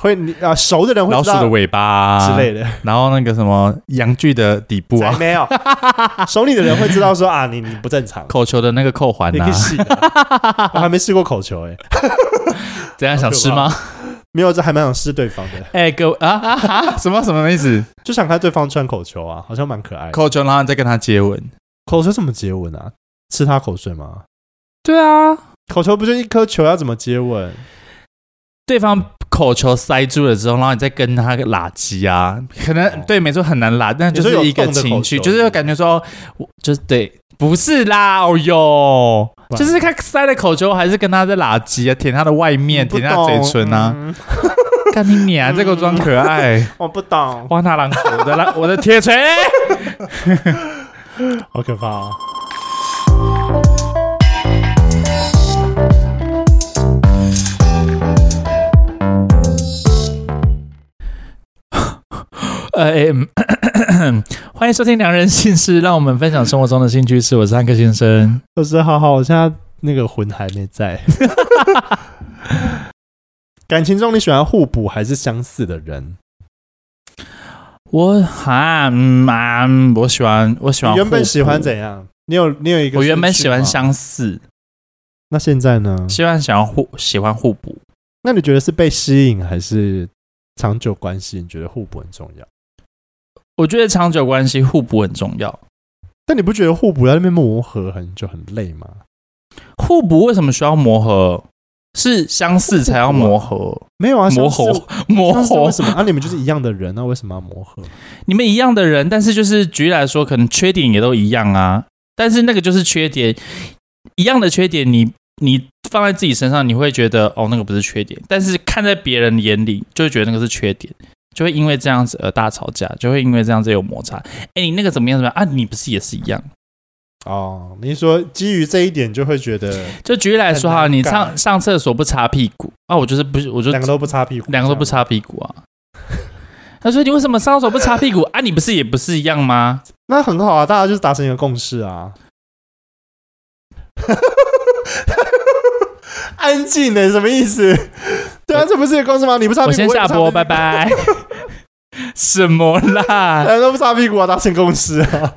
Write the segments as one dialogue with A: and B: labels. A: 会你啊熟的人会
B: 老
A: 知
B: 鼠
A: 道
B: 的尾巴、啊、
A: 之类的，
B: 然后那个什么阳具的底部
A: 才
B: 啊，
A: 没有熟你的人会知道说啊，你你不正常，
B: 口球的那个扣环
A: 你
B: 啊
A: 可以，洗的。我还没试过口球哎，
B: 怎样想吃吗？
A: 没有，这还蛮想试对方的，
B: 哎、各位啊啊啊！什么什么意思？
A: 就想看对方穿口球啊，好像蛮可爱的。
B: 扣球，然后你再跟他接吻。
A: 口球怎么接吻啊？吃他口水吗？
B: 对啊，
A: 口球不就一颗球，要怎么接吻？
B: 对方口球塞住了之后，然后你再跟他拉鸡啊，可能、
A: 哦
B: 对，没错，很难拉，但就
A: 你说
B: 是
A: 有
B: 一个
A: 动的口
B: 情绪，
A: 球
B: 就是感觉说，我就是对，不是啦，哦哟，
A: 不然
B: 就是他塞了口球，还是跟他在拉鸡啊，舔他的外面，
A: 不
B: 舔他嘴
A: 懂
B: 唇啊，
A: 嗯
B: 干你娘，这个装可爱，
A: 我不懂，
B: 花大郎，我的拉，我的铁锤。
A: 好可怕啊！
B: 呃，诶嗯 欢迎收听《良人姓氏》，让我们分享生活中的兴趣是我是汉克先生。
A: 我是好好，我现在那个魂还没在。 感情中你喜欢互补还是相似的人？
B: 我哈嗯啊，嗯我喜欢我喜
A: 你
B: 欢
A: 原本
B: 互补
A: 喜欢怎样？你有你有一个，嗯
B: 我原本喜欢，相似，
A: 那现在呢？
B: 希望喜欢互喜欢互补。
A: 那你觉得是被吸引还是长久关系？你觉得互补很重要？
B: 我觉得长久关系互补很重要。
A: 但你不觉得互补在那边磨合很久很累吗？
B: 互补为什么需要磨合？是相似才要磨合，
A: 没有啊，相
B: 磨
A: 似
B: 合磨
A: 相似为
B: 合。
A: 什么？啊，你们就是一样的人，那为什么要磨合？
B: 你们一样的人，但是就是举例来说，可能缺点也都一样啊。但是那个就是缺点，一样的缺点你，你放在自己身上，你会觉得哦那个不是缺点，但是看在别人眼里，就会觉得那个是缺点，就会因为这样子而大吵架，就会因为这样子有摩擦。哎，你那个怎么样怎么样啊？你不是也是一样？
A: 哦，你是说基于这一点，就会觉得
B: 就举例来说哈，
A: 很
B: 你
A: 难改
B: 上上厕所不擦屁股啊，我就是不是我就
A: 两个都不擦屁股，
B: 两个都不擦屁股啊。他说：“你为什么上厕所不擦屁股啊？你不是也不是一样吗？
A: 那很好啊，大家就是达成一个共识啊。 安静的什么意思？对啊，这不是一个共识吗？你不擦
B: 我
A: 屁股，
B: 先下播，拜。拜。 什么啦？
A: 人都不擦屁股啊，达成共识 啊。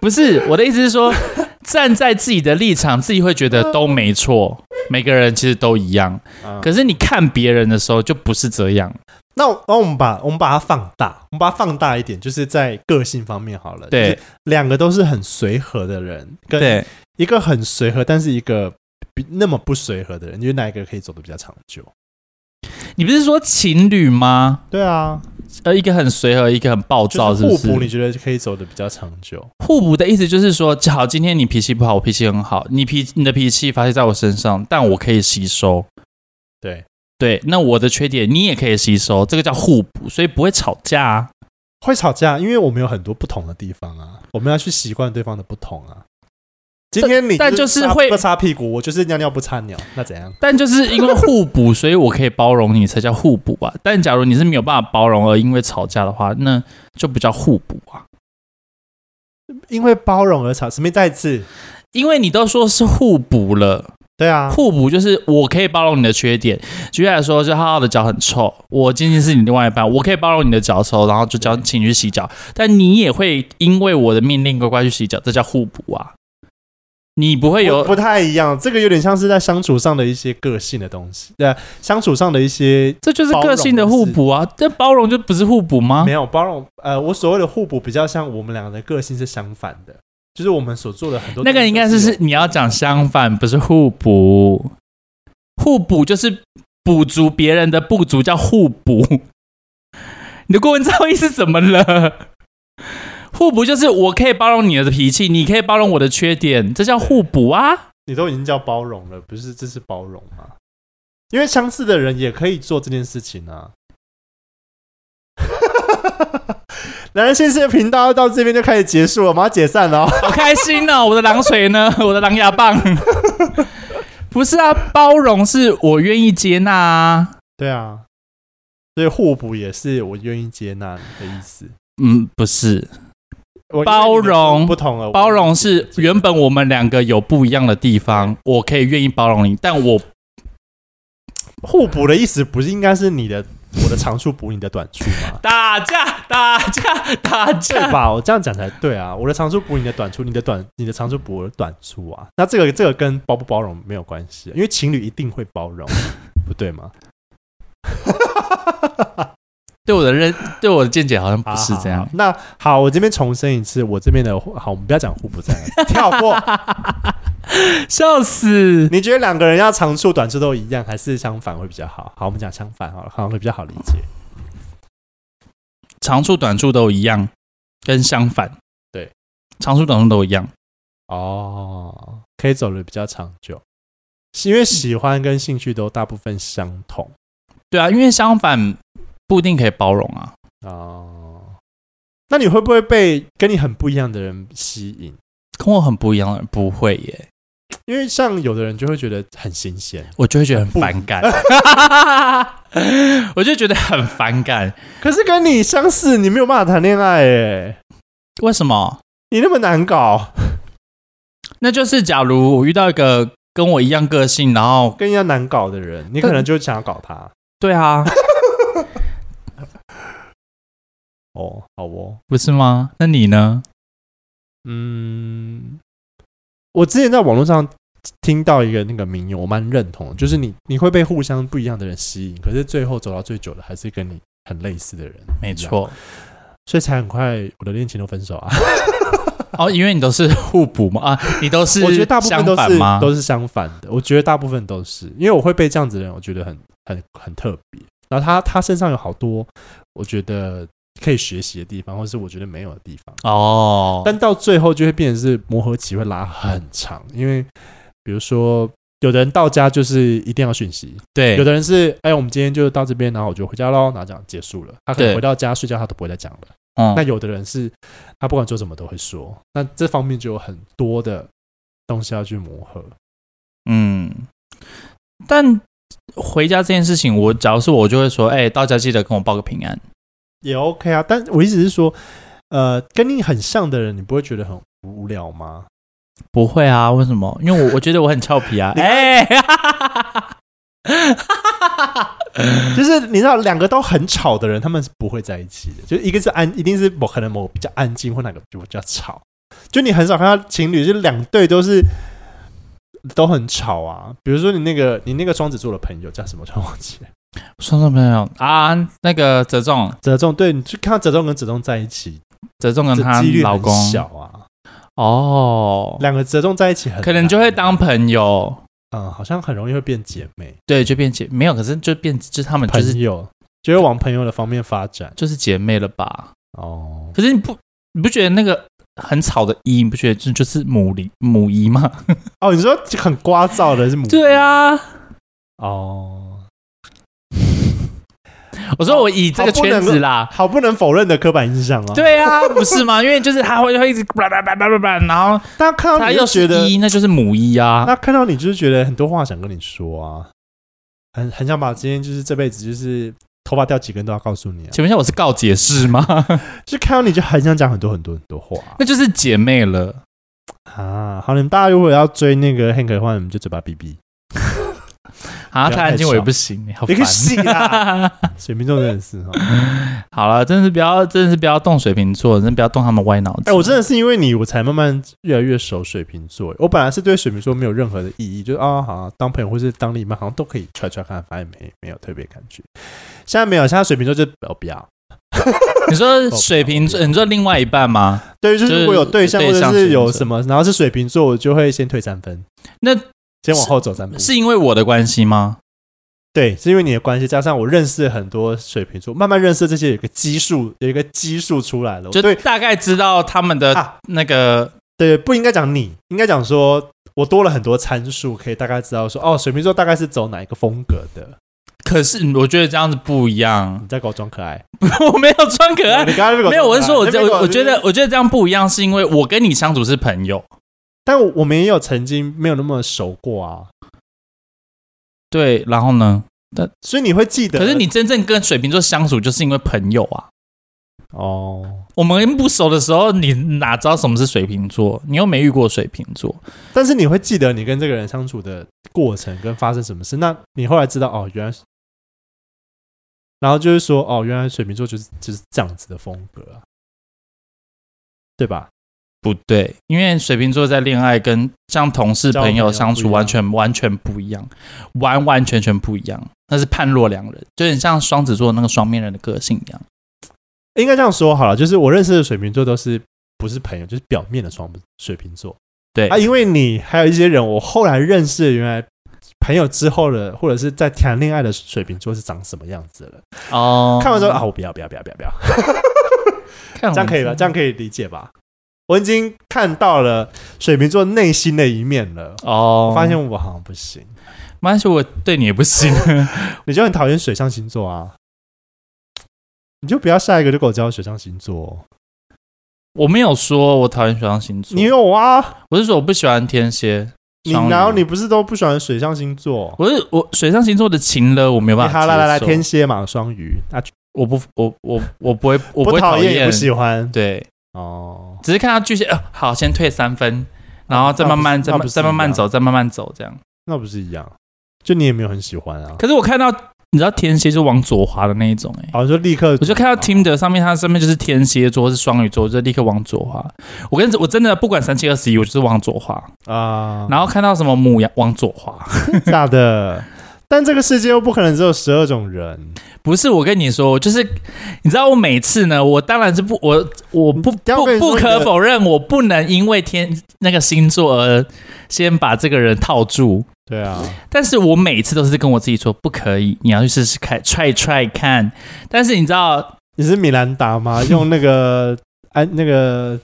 B: 不是我的意思是 说，站在自己的立场，自己会觉得都没错，每个人其实都一样。可是你看别人的时候，就不是这样。
A: 嗯那我那我们把我们把它放大，我们把它放大一点，就是在个性方面好了。就
B: 对
A: 是两个都是很随和的人，跟
B: 对，
A: 一个很随和，但是一个比那么不随和的人，你觉得哪一个可以走得比较长久？
B: 你不是说情侣吗？
A: 对啊，
B: 呃，一个很随和，一个很暴躁，
A: 就是互
B: 不是？
A: 补，你觉得可以走得比较长久？
B: 互补的意思就是说，好，今天你脾气不好，我脾气很好，你脾你的脾气发泄在我身上，但我可以吸收。
A: 对。
B: 对，那我的缺点你也可以吸收，这个叫互补，所以不会吵架啊。
A: 会吵架，因为我们有很多不同的地方啊，我们要去习惯对方的不同啊。今天你
B: 但但就是会
A: 不擦屁股，我就是尿尿不擦尿，那怎样？
B: 但就是因为互补，所以我可以包容你，才叫互补吧。但假如你是没有办法包容而因为吵架的话，那就不叫互补啊。
A: 因为包容而吵，什么意思再一次？
B: 因为你都说是互补了，
A: 对啊，
B: 互补就是我可以包容你的缺点，举例来说，就浩浩的脚很臭，我仅仅是你另外一半，我可以包容你的脚臭，然后就叫请你去洗脚，但你也会因为我的命令乖乖去洗脚，这叫互补啊。你不会
A: 不
B: 有
A: 不太一样，这个有点像是在相处上的一些个性的东西，对、啊相处上的一些、
B: 这就是个性的互补啊，这包容就不是互补吗
A: 没？有包容。呃，我所谓的互补，比较像我们两个的个性是相反的，就是我们所做的很多
B: 那个应该是
A: 东西
B: 是你要讲相反，不是互补。互补就是补足别人的不足，叫互补。 你的国文造诣是怎么了？互补就是我可以包容你的脾气，你可以包容我的缺点，这叫互补啊。
A: 你都已经叫包容了，不是这是包容吗？因为相似的人也可以做这件事情啊。 男人现实的频道到这边就开始结束了，我们要解散了哦。
B: 好开心哦！我的狼锤呢？ 我的狼牙棒？不是啊，包容是我愿意接纳啊。
A: 对啊，所以互补也是我愿意接纳你的意思。
B: 嗯，不是，
A: 我
B: 包容
A: 因为你们不同了，
B: 包容是原本我们两个有不一样的地方，我可以愿意包容你，但我？
A: 互补的意思不是应该是你的我的长处补你的短处吗
B: 打架，打架，打
A: 对
B: 架，
A: 吧？我这样讲才对啊！我的长处补你的短处，你的短你的长处补我的短处啊。那这个这个跟包不包容没有关系，因为情侣一定会包容， 不对吗？
B: 对我的认，对我的见解好像 不是
A: 啊好
B: 这样
A: 好好。那好，我这边重申一次，我这边的好，我们不要讲互补这样的词，跳 过。
B: 笑死！
A: 你觉得两个人要长处短处都一样，还是相反会比较好？好，我们讲相反好了，好像会比较好理解。
B: 长处短处都一样，跟相反，
A: 对，
B: 长处短处都一样。
A: 哦，可以走的比较长久，是因为喜欢跟兴趣都大部分相同
B: 对啊，因为相反不一定可以包容啊。
A: 哦。那你会不会被跟你很不一样的人吸引？
B: 跟我很不一样的人不会耶，
A: 因为像有的人就会觉得很新鲜，
B: 我就会觉得很反感， 我就觉得很反感。
A: 可是跟你相似，你没有办法谈恋爱诶，
B: 为什么？
A: 你那么难搞，
B: 那就是假如我遇到一个跟我一样个性，然后
A: 跟人家难搞的人，你可能就想要搞他。
B: 对啊，
A: 哦，好哦，
B: 不是吗？那你呢？
A: 嗯，我之前在网络上听到一个那个名言，我蛮认同的，就是你你会被互相不一样的人吸引，可是最后走到最久的还是跟你很类似的人，
B: 没错，
A: 所以才很快我的恋情都分手啊。
B: 哦，因为你都是互补嘛，啊， 你都是
A: 我觉得大部分都
B: 相反
A: 是
B: 吗？
A: 都是相反的，我觉得大部分都是，因为我会被这样子的人，我觉得很很很特别。然后他他身上有好多我觉得可以学习的地方，或是我觉得没有的地方。
B: 哦，
A: 但到最后就会变成是磨合期会拉很长，因为比如说有的人到家就是一定要讯息，
B: 对，
A: 有的人是哎我们今天就到这边，然后我就回家喽，然后这样结束了。他可能
B: 对
A: 回到家睡觉他都不会再讲了。
B: 嗯
A: 那有的人是他不管做什么都会说，那这方面就有很多的东西要去磨合。
B: 嗯，但回家这件事情，我假如是我，就会说，哎、到家记得跟我报个平安。
A: 也 OK 啊，但我意思是说，呃，跟你很像的人，你不会觉得很无聊 吗？
B: 不会啊，为什么？因为我我觉得我很俏皮啊。
A: 你
B: 哎、 哈，
A: 就是你知道，两个都很吵的人，他们是不会在一起的。就一个是安，一定是某可能某比较安静，或哪个比较吵。就你很少看到情侣，就两对都是都很吵啊。比如说你那个你那个双子座的朋友叫什么？我忘记了。
B: 双双朋友啊，那个泽仲，
A: 泽仲，对你去看到泽仲跟泽仲在一起，
B: 泽仲跟
A: 这
B: 她
A: 几率
B: 老
A: 很
B: 公
A: 小啊。
B: 哦，
A: 两个泽仲在一起很
B: 可能就会
A: 难
B: 当朋友，
A: 嗯，好像很容易会变姐妹、
B: 对，就变姐没有，可是就变就是他们就是
A: 朋友，就会往朋友的方面发展。
B: 就是姐妹了吧？
A: 哦，
B: 可是你不你不觉得那个很吵的姨，你不觉得这就是母离母姨吗？
A: 哦，你说很聒噪的是母？
B: 对，啊，
A: 哦，
B: 我说我以这个圈子啦，
A: 好不能否认的刻板印象啊。，
B: 对啊，不是吗？因为就是他会会一直叭叭叭叭叭叭，然后
A: 但看到
B: 他
A: 你
B: 又
A: 就是觉得，
B: 一，那就是母一啊。
A: 那看到你就是觉得很多话想跟你说啊，很很想把今天就是这辈子就是头发掉几根都要告诉你啊，
B: 请问一下，我是告解释吗？
A: 就看到你就很想讲很多很多很多话
B: 那就是姐妹了。
A: 啊。好，你们大家如果要追那个 Hank 的话，你们就嘴巴闭闭。
B: 啊，
A: 不要
B: 太安静
A: 太
B: 我也
A: 吵
B: 不行，好
A: 你
B: 烦
A: 个。戏啦，水瓶座真的是哦哈。
B: 好了，真的是不要，真的是不要动水瓶座，真的不要动他们歪脑子。
A: 哎、我真的是因为你，我才慢慢越来越熟水瓶座。我本来是对水瓶座没有任何的意义，就是啊，好啊当朋友或是当另一半，好像都可以揣揣看，反正没没有特别感觉。现在没有，现在水瓶座就我不要。
B: 你说水瓶
A: 哦
B: 座，你说另外一半吗？
A: 对，就
B: 就是
A: 是如果有对象
B: 对
A: 或者
B: 象
A: 是
B: 水瓶
A: 有
B: 座
A: 什么，然后是水瓶座，我就会先退三分，
B: 那
A: 先往后走三步。
B: 是因为我的关系吗？
A: 对，是因为你的关系，加上我认识很多水瓶座，慢慢认识这些有一个基数，有一个基数出来了。我
B: 就呃
A: 对
B: 大概知道他们的
A: 啊，
B: 那个
A: 对，不应该讲你，应该讲说我多了很多参数，可以大概知道说哦，水瓶座大概是走哪一个风格的。
B: 可是我觉得这样子不一样，
A: 你在给我装可 爱？
B: 我没有装可爱
A: 你，刚刚
B: 没有，我是说我
A: 这
B: 这，我我觉得，我觉得这样不一样，是因为我跟你相处是朋友，
A: 但我我们也有曾经没有那么熟过啊，
B: 对，然后呢？
A: 所以你会记得。
B: 可是你真正跟水瓶座相处，就是因为朋友啊，
A: 哦，
B: 我们不熟的时候，你哪知道什么是水瓶座？你又没遇过水瓶座，
A: 但是你会记得你跟这个人相处的过程跟发生什么事。那你后来知道哦，原来是，然后就是说哦，原来水瓶座就是就是这样子的风格啊，对吧？
B: 不对，因为水瓶座在恋爱跟像同事
A: 交朋
B: 朋
A: 友
B: 友相
A: 不
B: 处
A: 一样
B: 完全完全不一样，完完全全不一样，那是判若两人，就很像双子座那个双面人的个性一样。
A: 应该这样说好了，就是我认识的水瓶座都是不是朋友，就是表面的双水瓶座
B: 对，
A: 啊。因为你还有一些人，我后来认识的原来朋友之后的，或者是在谈恋爱的水瓶座是长什么样子了。
B: 哦，
A: 看完之后啊，我不要不要不要不要不要，
B: 看
A: 这样可以吧？这样可以理解吧？我已经看到了水瓶座内心的一面了，
B: 以哦，
A: 我发现我好像不行。
B: 没关系，我对你也不行。
A: 你就很讨厌水象星座啊？你就不要下一个就给我教水象星座，哦
B: 我没有说我讨厌水象星座，
A: 你有啊？
B: 我是说我不喜欢天蝎。
A: 你
B: 双鱼
A: 然后你不是都不喜欢水象星座？
B: 我是我水象星座的情了，我没有办法接
A: 哎好，
B: 受。
A: 来来来，天蝎嘛，双鱼啊，
B: 我不我我我不会我
A: 不
B: 会
A: 讨
B: 厌
A: 也不喜欢
B: 对，
A: 哦。
B: 只是看到巨蟹，呃，好，先退三分，然后再慢慢、
A: 那不那
B: 再慢
A: 不是
B: 再慢
A: 一
B: 慢
A: 样
B: 走，再慢慢走这样。
A: 那不是一样？就你也没有很喜欢啊？
B: 可是我看到你知道天蝎就往左滑的那一种、欸，
A: 好，就立刻
B: 我就看到 Tinder 上面，它上面就是天蝎座或是双鱼座，我就立刻往左滑。我跟我真的不管三七二十一，我就是往左滑。
A: 啊，
B: 然后看到什么母羊往左滑，
A: 假的。但这个世界又不可能只有十二种人，
B: 不是我跟你说，我就是你知道我每次呢，我当然是不我我不
A: 等一下嗯
B: 不
A: 我跟你说
B: 不
A: 你
B: 可
A: 的
B: 否认，我不能因为天那个星座而先把这个人套住。
A: 对啊，
B: 但是我每次都是跟我自己说不可以，你要去试试看，try try 看。但是你知道，
A: 你是米兰达吗？ 用那个安、那个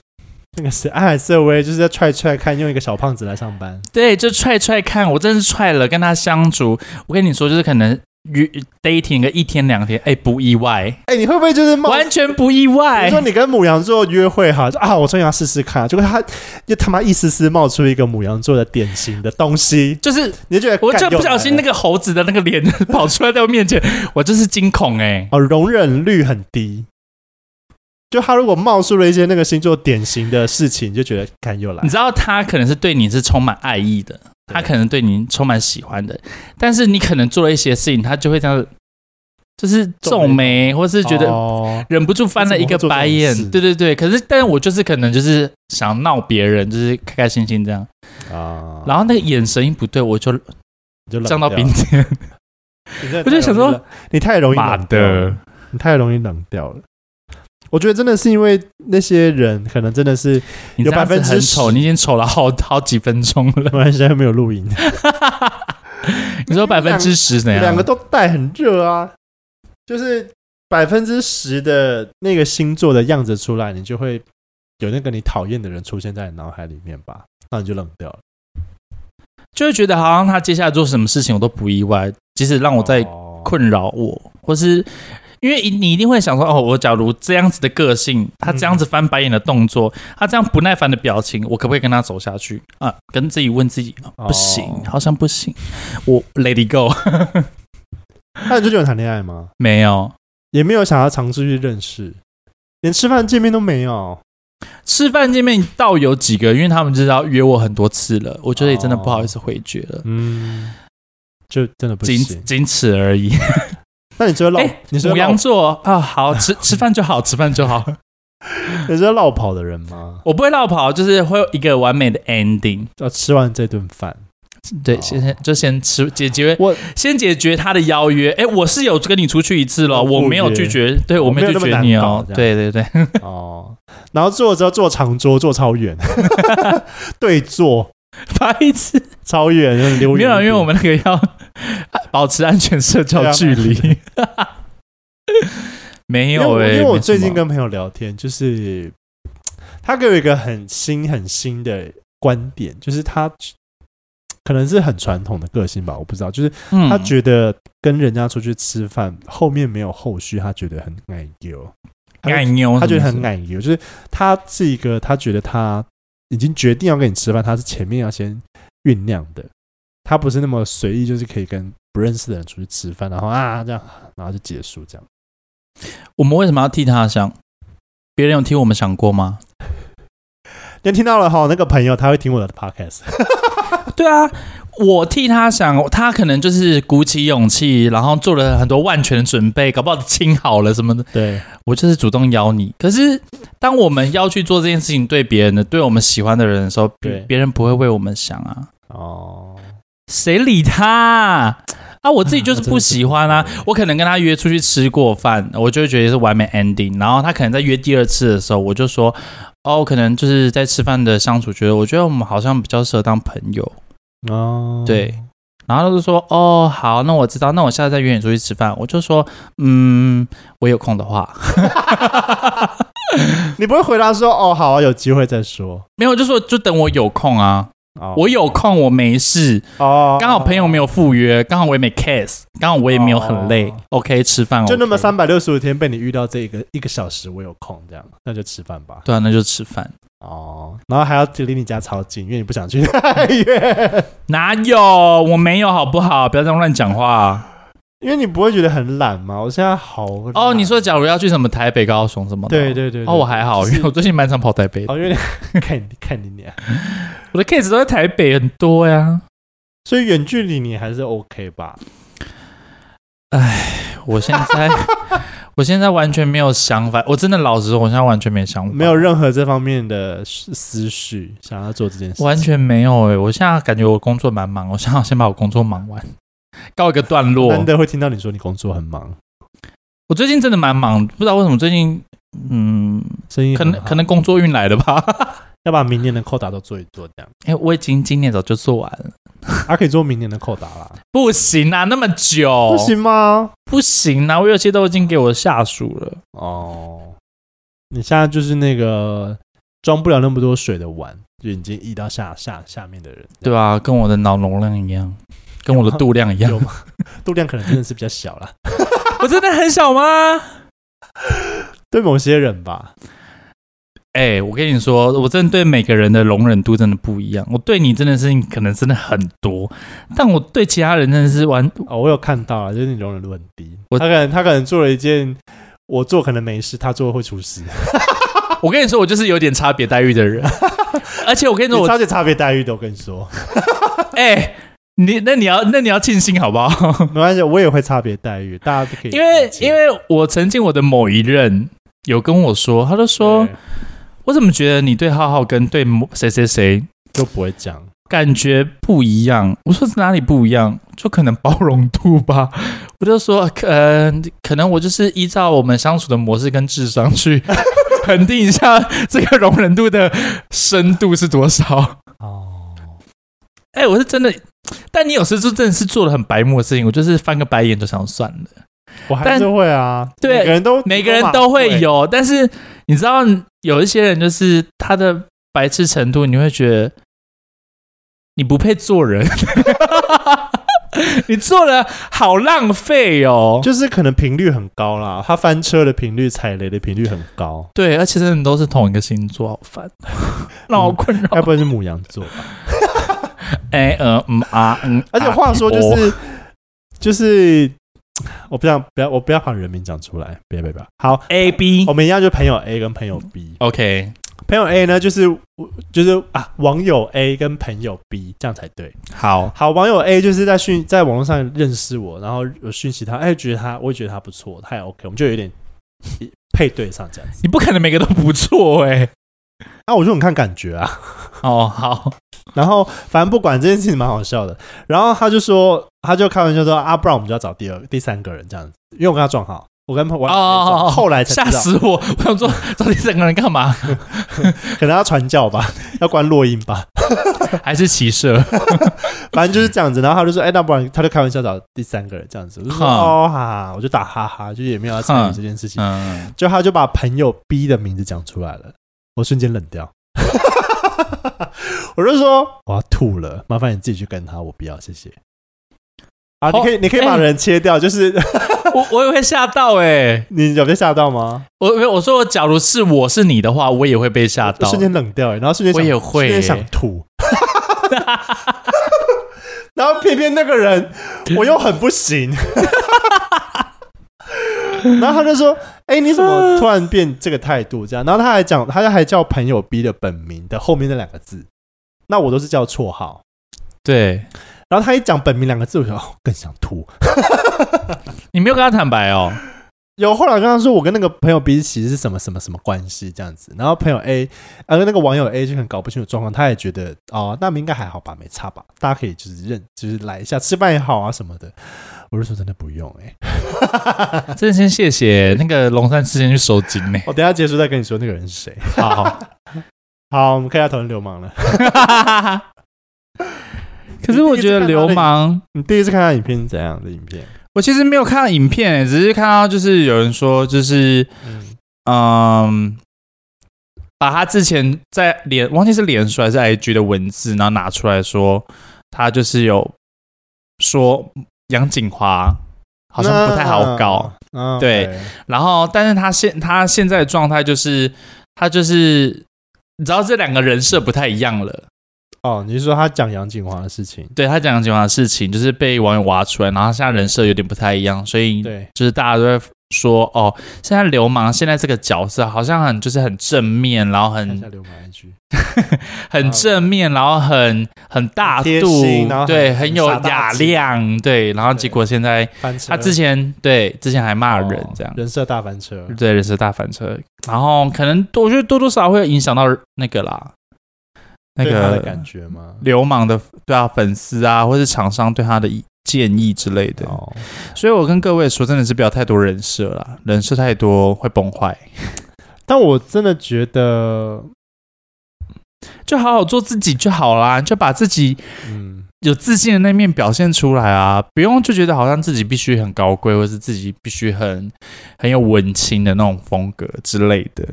A: 那个谁安海瑟薇，就是在踹踹看，用一个小胖子来上班。
B: 对，就 try try 看，我真的是 try 了，跟他相处，我跟你说，就是可能约 dating 个一天两天，哎，不意外，
A: 哎、你会不会就是冒？
B: 完全不意
A: 比如
B: 外
A: 说。你跟母羊座约会哈，就啊，我终于要试试看，结果他就他妈一丝丝冒出一个母羊座的典型的东西，
B: 就是
A: 你就觉得
B: 我就不小心那
A: 个
B: 个猴子的那个脸跑出来在我面前，我就是惊恐哎、
A: 哦容忍率很低。就他如果冒出了一些那个星座典型的事情，你就觉得看又来
B: 你，知道他可能是对你是充满爱意的，他可能对你充满喜欢的，但是你可能做了一些事情，他就会这样，就是皱眉，或是觉得
A: 哦
B: 忍不住翻了一个白眼
A: 你怎么会做这种事。
B: 对对对，可是但是我就是可能就是想闹别人，就是开开心心这样，
A: 啊，
B: 然后那个眼神一不对，我就
A: 你就冷
B: 降到
A: 掉
B: 冰点。
A: 你真的
B: 我就
A: 太
B: 想
A: 容易
B: 说
A: 冷，你太容易
B: 妈
A: 冷掉了
B: 的，
A: 你太容易冷掉了。我觉得真的是因为那些人可能真的 是
B: 你
A: 有
B: 这样子
A: 百分之
B: 很
A: 十
B: 丑，你已经丑了好 好几分钟 了。
A: 不然现在没有录音，
B: 你说百分之十怎样？
A: 两个都带很热啊，就是百分之十的那个星座的样子出来，你就会有那个你讨厌的人出现在你脑海里面吧，那你就冷掉了。
B: 就会觉得好像他接下来做什么事情我都不意外，即使让我在
A: 哦
B: 困扰我，或是因为你一定会想说，哦，我假如这样子的个性，他这样子翻白眼的动作，
A: 嗯
B: 他这样不耐烦的表情，我可不可以跟他走下去啊？跟自己问自己，啊
A: 哦
B: 不行，好像不行，我 let it go，
A: 那你就觉得谈恋爱吗？
B: 没有。
A: 也没有想要尝试去认识，连吃饭见面都没有。
B: 吃饭见面倒有几个，因为他们知道约我很多次了，我觉得也真的
A: 哦
B: 不好意思回绝了，
A: 嗯，就真的不
B: 仅
A: 行。
B: 仅此而已。
A: 那你觉得落
B: 哎，
A: 你是
B: 母
A: 落
B: 羊座啊，好吃吃饭就好，吃饭就 好。
A: 你是落跑的人吗？
B: 我不会绕跑，就是会有一个完美的 ending。
A: 要吃完这顿 饭，
B: 对，
A: 哦
B: 先先就先吃解决，
A: 我
B: 先解决他的邀约。哎，我是有跟你出去一次了，
A: 我
B: 我
A: 不
B: 没有
A: 约
B: 拒绝，对我
A: 我
B: 没
A: 没
B: 有
A: 有那么
B: 拒绝
A: 难
B: 你
A: 搞
B: 哦。
A: 这
B: 对对对，
A: 哦，然后坐之后坐长桌，坐超远， 对坐
B: 白痴，
A: 超远，就是溜
B: 没
A: 远一
B: 有，啊因
A: 点。
B: 为我们那个要 保持安全社交距离。 没
A: 因为
B: 有
A: 我
B: 哎，
A: 因为
B: 没
A: 我
B: 什
A: 最近
B: 么
A: 跟朋友聊天，就是他给我一个很新很新的观点，就是他可能是很传统的个性吧，我不知道，就是
B: 嗯
A: 他觉得跟人家出去吃饭后面没有后续，他觉得很矮油，他
B: 爱妞，
A: 他觉得
B: 是
A: 很
B: 不是
A: 奶油，就是他是一个他觉得他已经决定要跟你吃饭，他是前面要先酝酿的，他不是那么随意，就是可以跟不认识的人出去吃饭，然后啊这样，然后就结束这样。
B: 我们为什么要替他想？别人有替我们想过吗？
A: 你听到了哈，那个朋友他会听我的 podcast，
B: 对啊，我替他想，他可能就是鼓起勇气，然后做了很多万全的准备，搞不好亲好了什么的。
A: 对，
B: 我就是主动邀你。可是当我们要去做这件事情，对别人的，对我们喜欢的人的时候，
A: 对
B: 别别人不会为我们想啊。
A: 哦，
B: 谁理他啊？啊我自己就是不喜欢啊
A: 啊真的是！
B: 我可能跟他约出去吃过饭，我就会觉得是完美 ending。然后他可能在约第二次的时候，我就说，哦，可能就是在吃饭的相处，觉得我觉得我们好像比较适合当朋友。
A: 哦，
B: 对，然后他就说，哦，好，那我知道，那我下次再约你出去吃饭。我就说，嗯，我有空的话，
A: 你不会回答说哦，好啊，有机会再说。
B: 没有，我就说就等我有空啊，
A: 哦
B: 我有空，我没事。
A: 哦，
B: 刚好朋友没有赴约，刚好我也没 case，刚好我也没有很累
A: 哦
B: ，OK，吃饭
A: 就那么
B: 哦 OK
A: 三百六十五天被你遇到这一个一个小时，我有空这样，那就吃饭吧。
B: 对啊，那就吃饭。
A: 哦，然后还要离你家超近，因为你不想 去太远，
B: 哪有？我没有，好不好？不要这样乱讲话、
A: 因为你不会觉得很懒吗？我现在好懒
B: 哦，你说假如要去什么台北、高雄什么的？
A: 对对对对
B: 哦，我还好，
A: 就
B: 因
A: 是
B: 为我最近蛮常跑台北的，
A: 哦，因为 你看你看你脸，
B: 我的 case 都在台北很多呀。
A: 所以远距离你还是 OK 吧？
B: 我现在， 我现在完全没有想法，我真的老实说，我现在完全没想法，
A: 没有，任何这方面的思思绪想要做这件事情，
B: 完全没有哎、我现在感觉我工作蛮忙，我想要先把我工作忙完，告一个段落。
A: 难得会听到你说你工作很忙，
B: 我最近真的蛮忙，不知道为什么最近，嗯，
A: 生意
B: 可
A: 很
B: 能
A: 好
B: 可能工作运来的 吧。
A: 要把明年的扣打都做一做，这样，
B: 哎、我已经今年早就做完了，
A: 还、可以做明年的扣打啦，
B: 不行啊，那么久，
A: 不行吗？
B: 不行啊，我有些都已经给我下属了。
A: 哦，你现在就是那个装不了那么多水的碗，就已经溢到下下下面的人，
B: 对啊，跟我的脑容量一样，跟我的度量一样
A: 有。吗？ 度量可能真的是比较小啦，
B: 我真的很小吗？
A: 对某些人吧，
B: 哎、我跟你说，我真的对每个人的容忍度真的不一样。我对你真的是可能真的很多，但我对其他人真的是完。
A: 哦，我有看到啊，就是你容忍度很低，
B: 我
A: 他可能他可能做了一件我做可能没事，他做会出 事，
B: 我跟你说，我就是有点差别待遇的 人。而且我跟你说，
A: 你
B: 我
A: 超级差别待遇的，我跟你 说，
B: 哎、你那你要那你要庆幸好不 好？
A: 没关系，我也会差别待遇，大家都可以理解，
B: 因为因为我曾经我的某一任有跟我说，他就说
A: 对
B: 我怎么觉得你对浩浩跟对某谁谁谁
A: 就不会讲。
B: 感觉不一样。我说哪里不一样？就可能包容度吧。 我就说，呃，可能我就是依照我们相处的模式跟智商去恒定一下这个容忍度的深度是多少。
A: 哦，
B: 哎、我是真的，但你有时就真的是做了很白目的事情，我就是翻个白眼就想算了。
A: 我还是会啊，
B: 对
A: 每个人都
B: 每个人都会，有，但是你知道有一些人就是他的白痴程度，你会觉得你不配做人， 你做了好浪费哦。
A: 就是可能频率很高啦，他翻车的频率、踩雷的频率很 高，
B: 对，而且真的都是同一个星座，好 烦，让我困
A: 该
B: 扰
A: 不。会是母羊座吧？
B: 哎呃嗯啊嗯，
A: 而且
B: 啊
A: 话说就
B: 哦
A: 是就是，我不想不要我不要把人名讲出来，别别别，好。
B: A B
A: 我们一样，就朋友 A 跟朋友 B。
B: OK
A: 朋友 A 呢，就是就是啊，网友 A 跟朋友 B 这样才对。
B: 好
A: 好，网友 A 就是在讯在网络上认识我，然后有讯息他，哎，觉得他，我也觉得他不错，他也 OK，我们就有点 配对上这样子。
B: 你不可能每个都不错哎、
A: 那、我就很看感觉啊。
B: 哦好，
A: 然后反正不管这件事情蛮好笑的。然后他就说，他就开玩笑说啊，不然我们就要找第二、第三个人这样子，因为我跟他撞好，我跟我、
B: 哦
A: 后来才
B: 吓
A: 知道，
B: 死我！我想说找第三个人干嘛？
A: 可能要传教吧，要关落音吧，
B: 还是骑射？
A: 反正就是这样子。然后他就说，哎，那不然他就开玩笑找第三个人这样子，我就说
B: 哼
A: 哦哈哈，我就打哈哈，就也没有要参与这件事情。
B: 嗯。
A: 就他就把朋友 B 的名字讲出来了，我瞬间冷掉。我就说我要吐了，麻烦你自己去跟他，我不要，谢谢。啊，你可以，你可以把人切掉，就是
B: 我我也会吓到哎、
A: 你有被吓到吗？
B: 我我我说我假如是我是你的话，我也会被吓到
A: 瞬。间冷掉、欸，然后瞬间想
B: 我也会
A: 瞬间想吐。 然后偏偏那个人我又很不行，然后他就说：“哎、你怎么突然变这个态度？”这样，然后他还讲，他还叫朋友 B 的本名的后面那两个字，那我都是叫绰号。
B: 对
A: 然后他一讲本名两个字，我就、 哦、更想吐。
B: 你没有跟他坦白哦，
A: 有后来跟他说，我跟那个朋友 B 其实是什么什么什么关系这样子，然后朋友 A，呃，那个网友 A 就很搞不清楚状况，他也觉得哦，那应该还好吧，没差吧，大家可以就是认，就是来一下吃饭也好啊什么的。我就说真的不用哎、
B: 真的先谢谢那个龙山之前去收金呢、
A: 哦 我等一下结束再跟你说那个人是谁。
B: 好，
A: 好，我们可以来讨论流氓了。
B: 可是我觉得流氓，
A: 你第一次看他影片是怎样的影片？
B: 我其实没有看到影片、欸只是看到就是有人说，就是
A: 嗯，
B: 嗯，把他之前在脸忘记是脸书还是 IG 的文字，然后拿出来说，他就是有说杨锦华好像不太好搞，
A: 嗯。嗯
B: 对
A: OK
B: 然后，但是他现他现在的状态就是，他就是你知道这两个人设不太一样了。
A: 哦，你是说他讲杨景华的事情？
B: 对他讲的情况的事情，就是被网友挖出来，然后现在人设有点不太一样，所以
A: 对，
B: 就是大家都在说哦，现在流氓现在这个角色好像很就是很正面，然后
A: 看一下
B: 很
A: 流氓 IG，
B: 很正面，然后很很大
A: 很贴心然后
B: 度，
A: 很
B: 对，很有
A: 傻大
B: 雅
A: 姐
B: 量，对，然后
A: 对
B: 结果现在
A: 翻车。
B: 他之前对之前还骂人
A: 哦
B: 这样。
A: 人设大翻车。
B: 对，人是大翻车。然后可能我觉得多多少少会有影响到那个啦，那
A: 对他的
B: 个
A: 感觉吗？
B: 流氓的对啊，粉丝啊，或是厂商对他的意建议之类的。
A: 哦，
B: 所以我跟各位说，真的是不要太多人设啦，人设太多会崩坏，
A: 但我真的觉得，
B: 就好好做自己就好啦，就把自己
A: 嗯，
B: 有自信的那面表现出来啊，不用就觉得好像自己必须很高贵，或是自己必须很很有文青的那种风格之类的。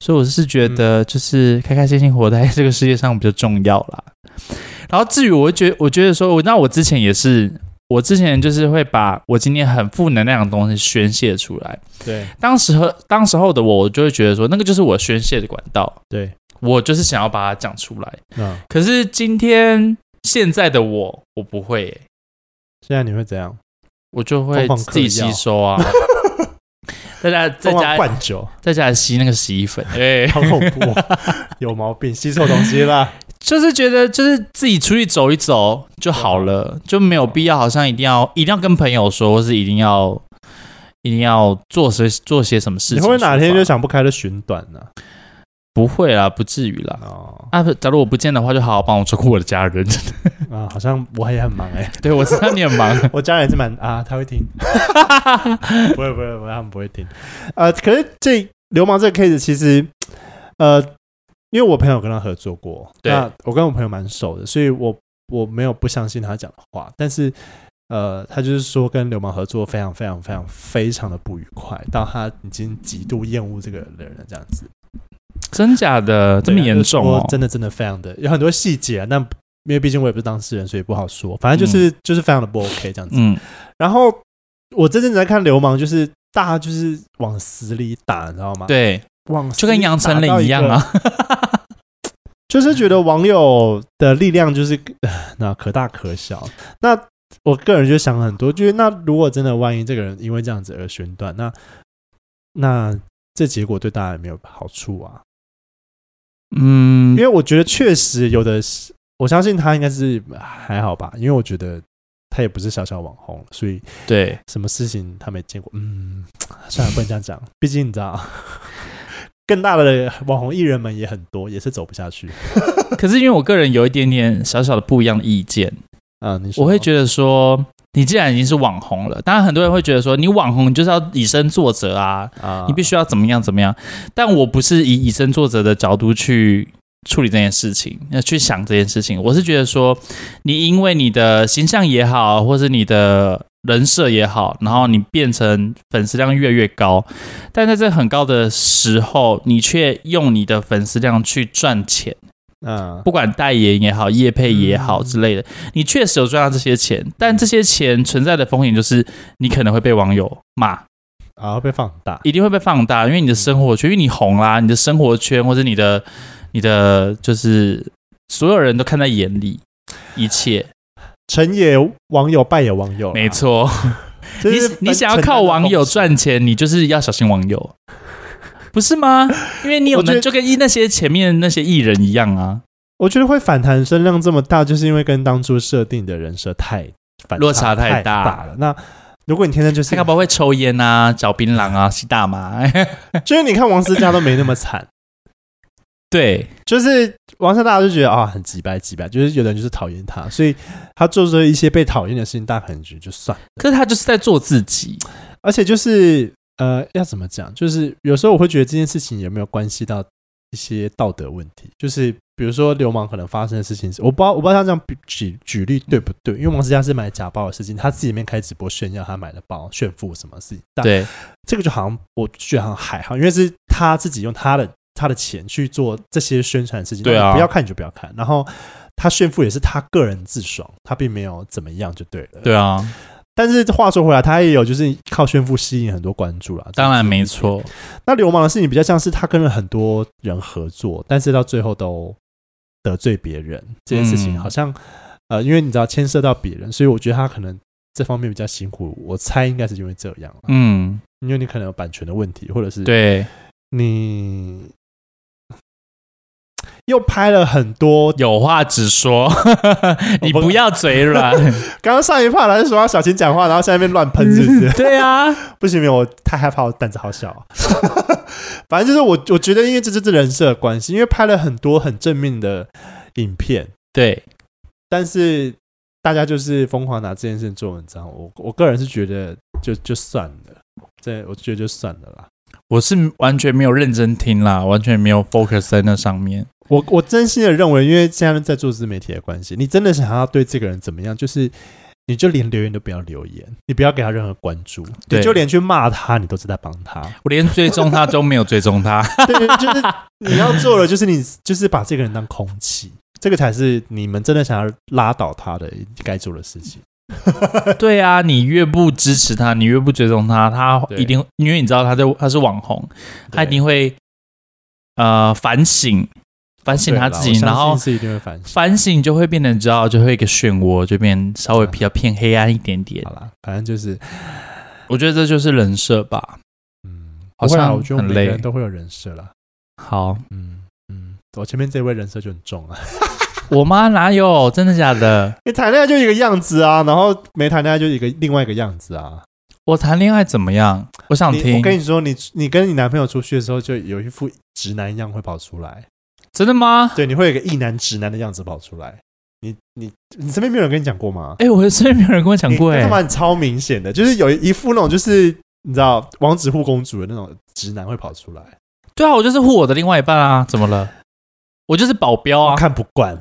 B: 所以我是觉得，就是开开心心活在这个世界上比较重要啦。然后至于我觉，我觉得说，我那我之前也是，我之前就是会把我今天很负能量的东西宣泄出来。
A: 对
B: 当时候，当时候的我，我就会觉得说，那个就是我宣泄的管道，
A: 对，
B: 我就是想要把它讲出来。
A: 嗯，
B: 可是今天现在的我，我不会、欸，
A: 现在你会怎样？
B: 我就会
A: 疯狂嗑
B: 自己吸 收啊，在家在
A: 疯狂
B: 家
A: 灌酒，
B: 在家吸那个洗 衣粉，哎、
A: 好恐怖哦， 有毛病，吸错东西啦。
B: 就是觉得就是自己出去走一走就好
A: 啊
B: 了，就没有必要好像一定要一定要跟朋友说，或是一定要一定要做些做些什么事
A: 你
B: 情
A: 会
B: 出
A: 不
B: 发。
A: 会哪天就想不开就寻短呢？
B: 不会啦，不至于啦。
A: 哦，
B: 啊，不假如我不见的话，就好好帮我照顾我的家 人。
A: 啊，好像我也很忙哎，
B: 对我知道你很忙，
A: 我家人也是蛮啊，他会听，不会不会不会，他们不会听。呃，可是这流氓这个 case 其实，呃，因为我朋友跟他合作过，
B: 对
A: 那我跟我朋友蛮熟的，所以我我没有不相信他讲的话，但是呃，他就是说跟流氓合作非常非常非常非常的不愉快，到他已经极度厌恶这个人了，这样子。
B: 真假的这么
A: 对
B: 严重
A: 他就
B: 哦
A: 说？真的真的非常的有很多细节、啊，但因为毕竟我也不是当事人，所以不好说。反正就是、就是非常的不 OK 这样子。
B: 嗯，
A: 然后我这阵子在看《流氓》，就是大家就是往死里打，你知道吗？，
B: 对，
A: 往死
B: 就
A: 里
B: 跟杨丞琳一样
A: 打到个，
B: 啊。
A: 就是觉得网友的力量就是 呃那可大可小。那我个人就想很多，就是那如果真的万一这个人因为这样子而宣断，那那这结果对大家也没有好处啊。
B: 嗯
A: 因，为我觉得确实有的是，我相信他应该是还好吧，因为我觉得他也不是小小网红，所以
B: 对。
A: 什么事情他没见过。嗯，算了，不能这样讲，毕竟你知道， 更大的网红艺人们也很多，也是走不下去。
B: 可是因为我个人有一点点小小的不一样的意见，
A: 啊，你说
B: 我会觉得说，你既然已经是网红了，当然很多人会觉得说，你网红你就是要以身作则啊，
A: 得啊，
B: 你必须要怎么样怎么样。但我不是以以身作则的角度去处理这件事情，那去想这件事情，我是觉得说，你因为你的形象也好，或是你的人设也好，然后你变成粉丝量越来越高，但在这很高的时候，你却用你的粉丝量去赚钱。
A: 啊，
B: 不管代言也好、业配也好之类的，你确实有赚到这些钱，但这些钱存在的风险就是你可能会被网友骂，
A: 啊会被放大。
B: 一定会被放大，因为你的生活圈，因为你红
A: 嗯
B: 啦，你的生活圈或者你的、你的就是所有人都看在眼里，一切
A: 成也网友，败也网友啦，
B: 没
A: 哦
B: 错。
A: 啊就
B: 你
A: 是
B: 你想要靠网友赚钱，你就是要小心网 友，不是吗？因为你有
A: 我觉
B: 能
A: 得
B: 就跟一那些前面那些艺人一样啊，
A: 我觉得会反弹声量这么大，就是因为跟当初设定的人设太反
B: 落差太
A: 太
B: 大
A: 了。那如果你天生就是
B: 他，干嘛会抽烟啊、嚼槟榔 啊、吸大麻？
A: 就是你看王思佳都没那么惨，
B: 对，
A: 就是王思佳大家就觉得啊、很几白几白，就是有的人就是讨厌他，所以他做出一些被讨厌的事情，大家可能觉得就算了。
B: 可是他就是在做自己，
A: 而且就是呃，要怎么讲？就是有时候我会觉得这件事情有没有关系到一些道德问题，就是比如说流氓可能发生的事情是，我不知道我不知道他这样比举举例对不对？因为王思佳是买假包的事情，他自己里面开直播炫耀他买的包，炫富什么事情，但
B: 对
A: 这个就好像我觉得好像还好，因为是他自己用他的他的钱去做这些宣传的事情，
B: 对啊
A: 那你不要看你就不要看，然后。他炫富也是他个人自爽，他并没有怎么样就对了。
B: 对啊，
A: 但是话说回来，他也有就是靠炫富吸引很多关注啦。
B: 当然没。错，
A: 那流氓的事情比较像是他跟了很多人合作，但是到最后都得罪别人这件事情，
B: 嗯
A: 好像、呃，因为你知道牵涉到别人，所以我觉得他可能这方面比较辛苦。我猜应该是因为这样啦，
B: 嗯，
A: 因为你可能有版权的问题，或者是
B: 对，
A: 你又拍了很多。
B: 有话直说， 你不要嘴 软，
A: 刚刚上一趴来说要小心讲话，然后现在那边乱喷，是不 是？
B: 对啊，
A: 不行，没有，我太害怕，我胆子好小、啊。 反正就是我，我觉得因为这就是人设的关系，因为拍了很多很正面的影片，
B: 对，
A: 但是大家就是疯狂拿这件事情做文章。我我个人是觉得就就算了，这我觉得就算了啦。
B: 我是完全没有认真听啦，完全没有 focus 在那上面，
A: 我我真心的认为，因为现在在做自媒体的关系，你真的想要对这个人怎么样，就是你就连留言都不要留言，你不要给他任何关注，
B: 对
A: 你就连去骂他，你都是在帮他。
B: 我连追踪他都没有追踪他，
A: 对，就是 你要做的就是你就是把这个人当空气，这个才是你们真的想要拉倒他的该做的事 情。
B: 对啊，你越不支持他，你越不追踪他，他
A: 对
B: 一定，因为你知道他在他是网红，他一定会呃反省，反省他自己，
A: 对啦
B: 然
A: 我
B: 后
A: 相信是一定会反省。
B: 反省就会变得，你知道，就会一个漩涡，就变稍微比较偏黑暗一点点
A: 好。啦，反正就是，
B: 我觉得这就是人设吧。
A: 嗯，
B: 好
A: 不会啦
B: 像
A: 我觉得我们
B: 很
A: 每个
B: 累
A: 人都会有人设啦。
B: 好，
A: 嗯嗯，我前面这位人设就很重啊，
B: 我妈哪有？真的假的？
A: 你谈恋爱就一个样子啊，然后没谈恋爱就一个另外一个样子啊。
B: 我谈恋爱怎么样？我想
A: 你我
B: 听。
A: 跟你说，你你跟你男朋友出去的时候，就有一副直男样会跑出来。
B: 真的吗？
A: 对，你会有一个一男直男的样子跑出来。你你你身边没有人跟你讲过吗？
B: 哎、我身边没有人跟我讲过
A: 你
B: 哎、
A: 他妈超明显的，就是有一副那种就是你知道王子护公主的那种直男会跑出来，
B: 对啊，我就是护我的另外一半啊，怎么了？我就是保镖
A: 我
B: 啊。
A: 看不 惯，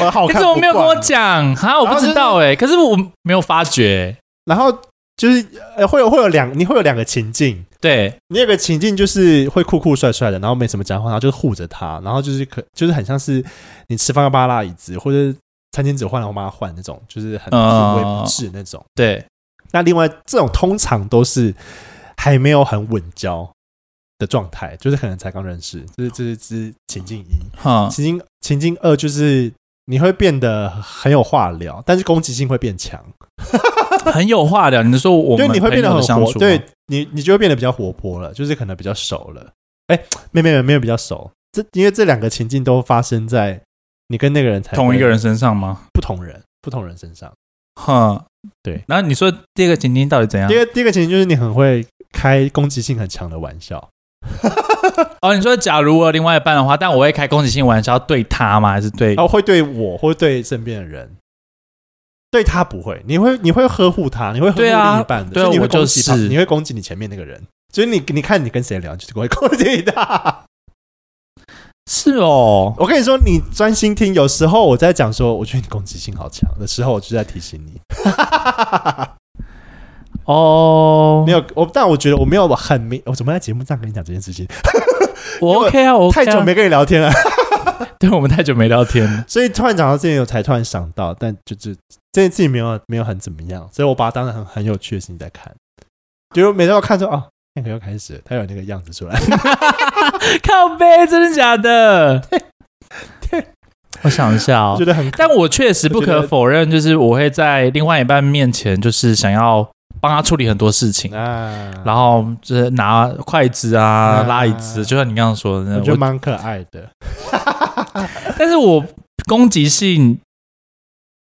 A: 我好
B: 你
A: 看
B: 怎
A: 不惯啊
B: 么没有跟我？讲？哈，我
A: 然后
B: 不
A: 就是
B: 知道哎、可是我没有发觉、
A: 然后就是呃，会有会有两，你会有两个情境。
B: 对，
A: 你有个情境就是会酷酷帅帅的，然后没什么讲话，然后就是护着他，然后就是可就是很像是你吃饭要帮他拉椅子，或者餐巾纸换了我妈换那种，就是很
B: 嗯
A: 不为不至那种。
B: 对，
A: 那另外这种通常都是还没有很稳交的状态，就是可能才刚认识，这是这是这是情境一，
B: 哈，
A: 情境情境二就是你会变得很有话聊，但是攻击性会变强，
B: 很有话聊。你是说我
A: 因
B: 们
A: 为你会变得
B: 朋
A: 很
B: 友的相
A: 活，
B: 处吗
A: 对你你就会变得比较活泼了，就是可能比较熟了。哎、没有没有没有比较熟，这因为这两个情境都发生在你跟那个人才
B: 哎同一个
A: 会
B: 人身上吗？
A: 不同人不同人身上。
B: 哼，
A: 对。
B: 然后你说第二个情境到底怎样
A: 第？二第一个情境就是你很会开攻击性很强的玩笑。
B: 哦，你说假如我有另外一半的话，但我会开攻击性玩笑对他吗？还是对？
A: 然后会对我或对身边的人，对他不会，你会你会呵护他，你会呵护
B: 对啊
A: 另一半的，
B: 对啊
A: 所以你
B: 我
A: 会
B: 就
A: 攻击他，
B: 是
A: 你会攻击你前面那个人，就是你你看你跟谁聊，你就是会攻击他。
B: 是哦，
A: 我跟你说，你专心听，有时候我在讲说，我觉得你攻击性好强的时候，我就在提醒 你。
B: 哦
A: 没，有我，但我觉得我没有很明，我怎么在节目上跟你讲这件事情？
B: 我 OK 啊，我 OK
A: 太
B: 啊
A: 久，没跟你聊天了，
B: 对我们太久没聊天了。
A: 所以突然讲到这里，我才突然想到，但就是这件事情没有没有很怎么样，所以我把它当成很很有趣的事情在看。就是每次我看说哦，那个又开始了，他有那个样子出来，
B: 靠背，真的假的？ 我想一下哦
A: 我 觉，得很
B: 但我确实不
A: 我觉
B: 可
A: 得
B: 否认，就是我会在另外一半面前，就是想要帮他处理很多事情，
A: 啊，
B: 然后就是拿筷子啊、
A: 啊
B: 拉椅子，就像你刚刚说的那
A: 我觉得
B: 样。
A: 蛮可爱的。
B: 我但是我攻击性，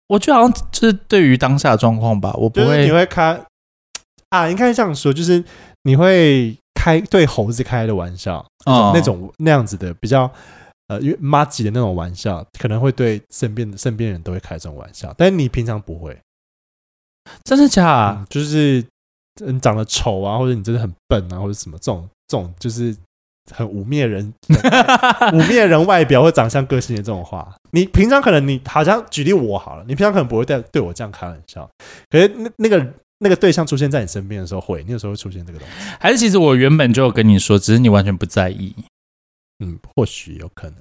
B: 我觉得好像就是对于当下的状况吧，我不
A: 就是你
B: 会
A: 会开啊，应该这样说，就是你会开对猴子开的玩笑，
B: 嗯
A: 那种那样子的比较呃，因为妈吉的那种玩笑，可能会对身边的身边人都会开这种玩笑，但是你平常不会
B: 真的假的
A: 嗯就是呃你长得丑啊，或者你真的很笨啊，或者什么这种这种就是很污蔑 人污蔑人外表或长相个性的这种话，你平常可能你好像举例我好了，你平常可能不会对对我这样开玩笑，可是那那个那个对象出现在你身边的时候会，你有时候会出现这个东西，
B: 还是其实我原本就有跟你说，只是你完全不在意。
A: 嗯，或许有可能。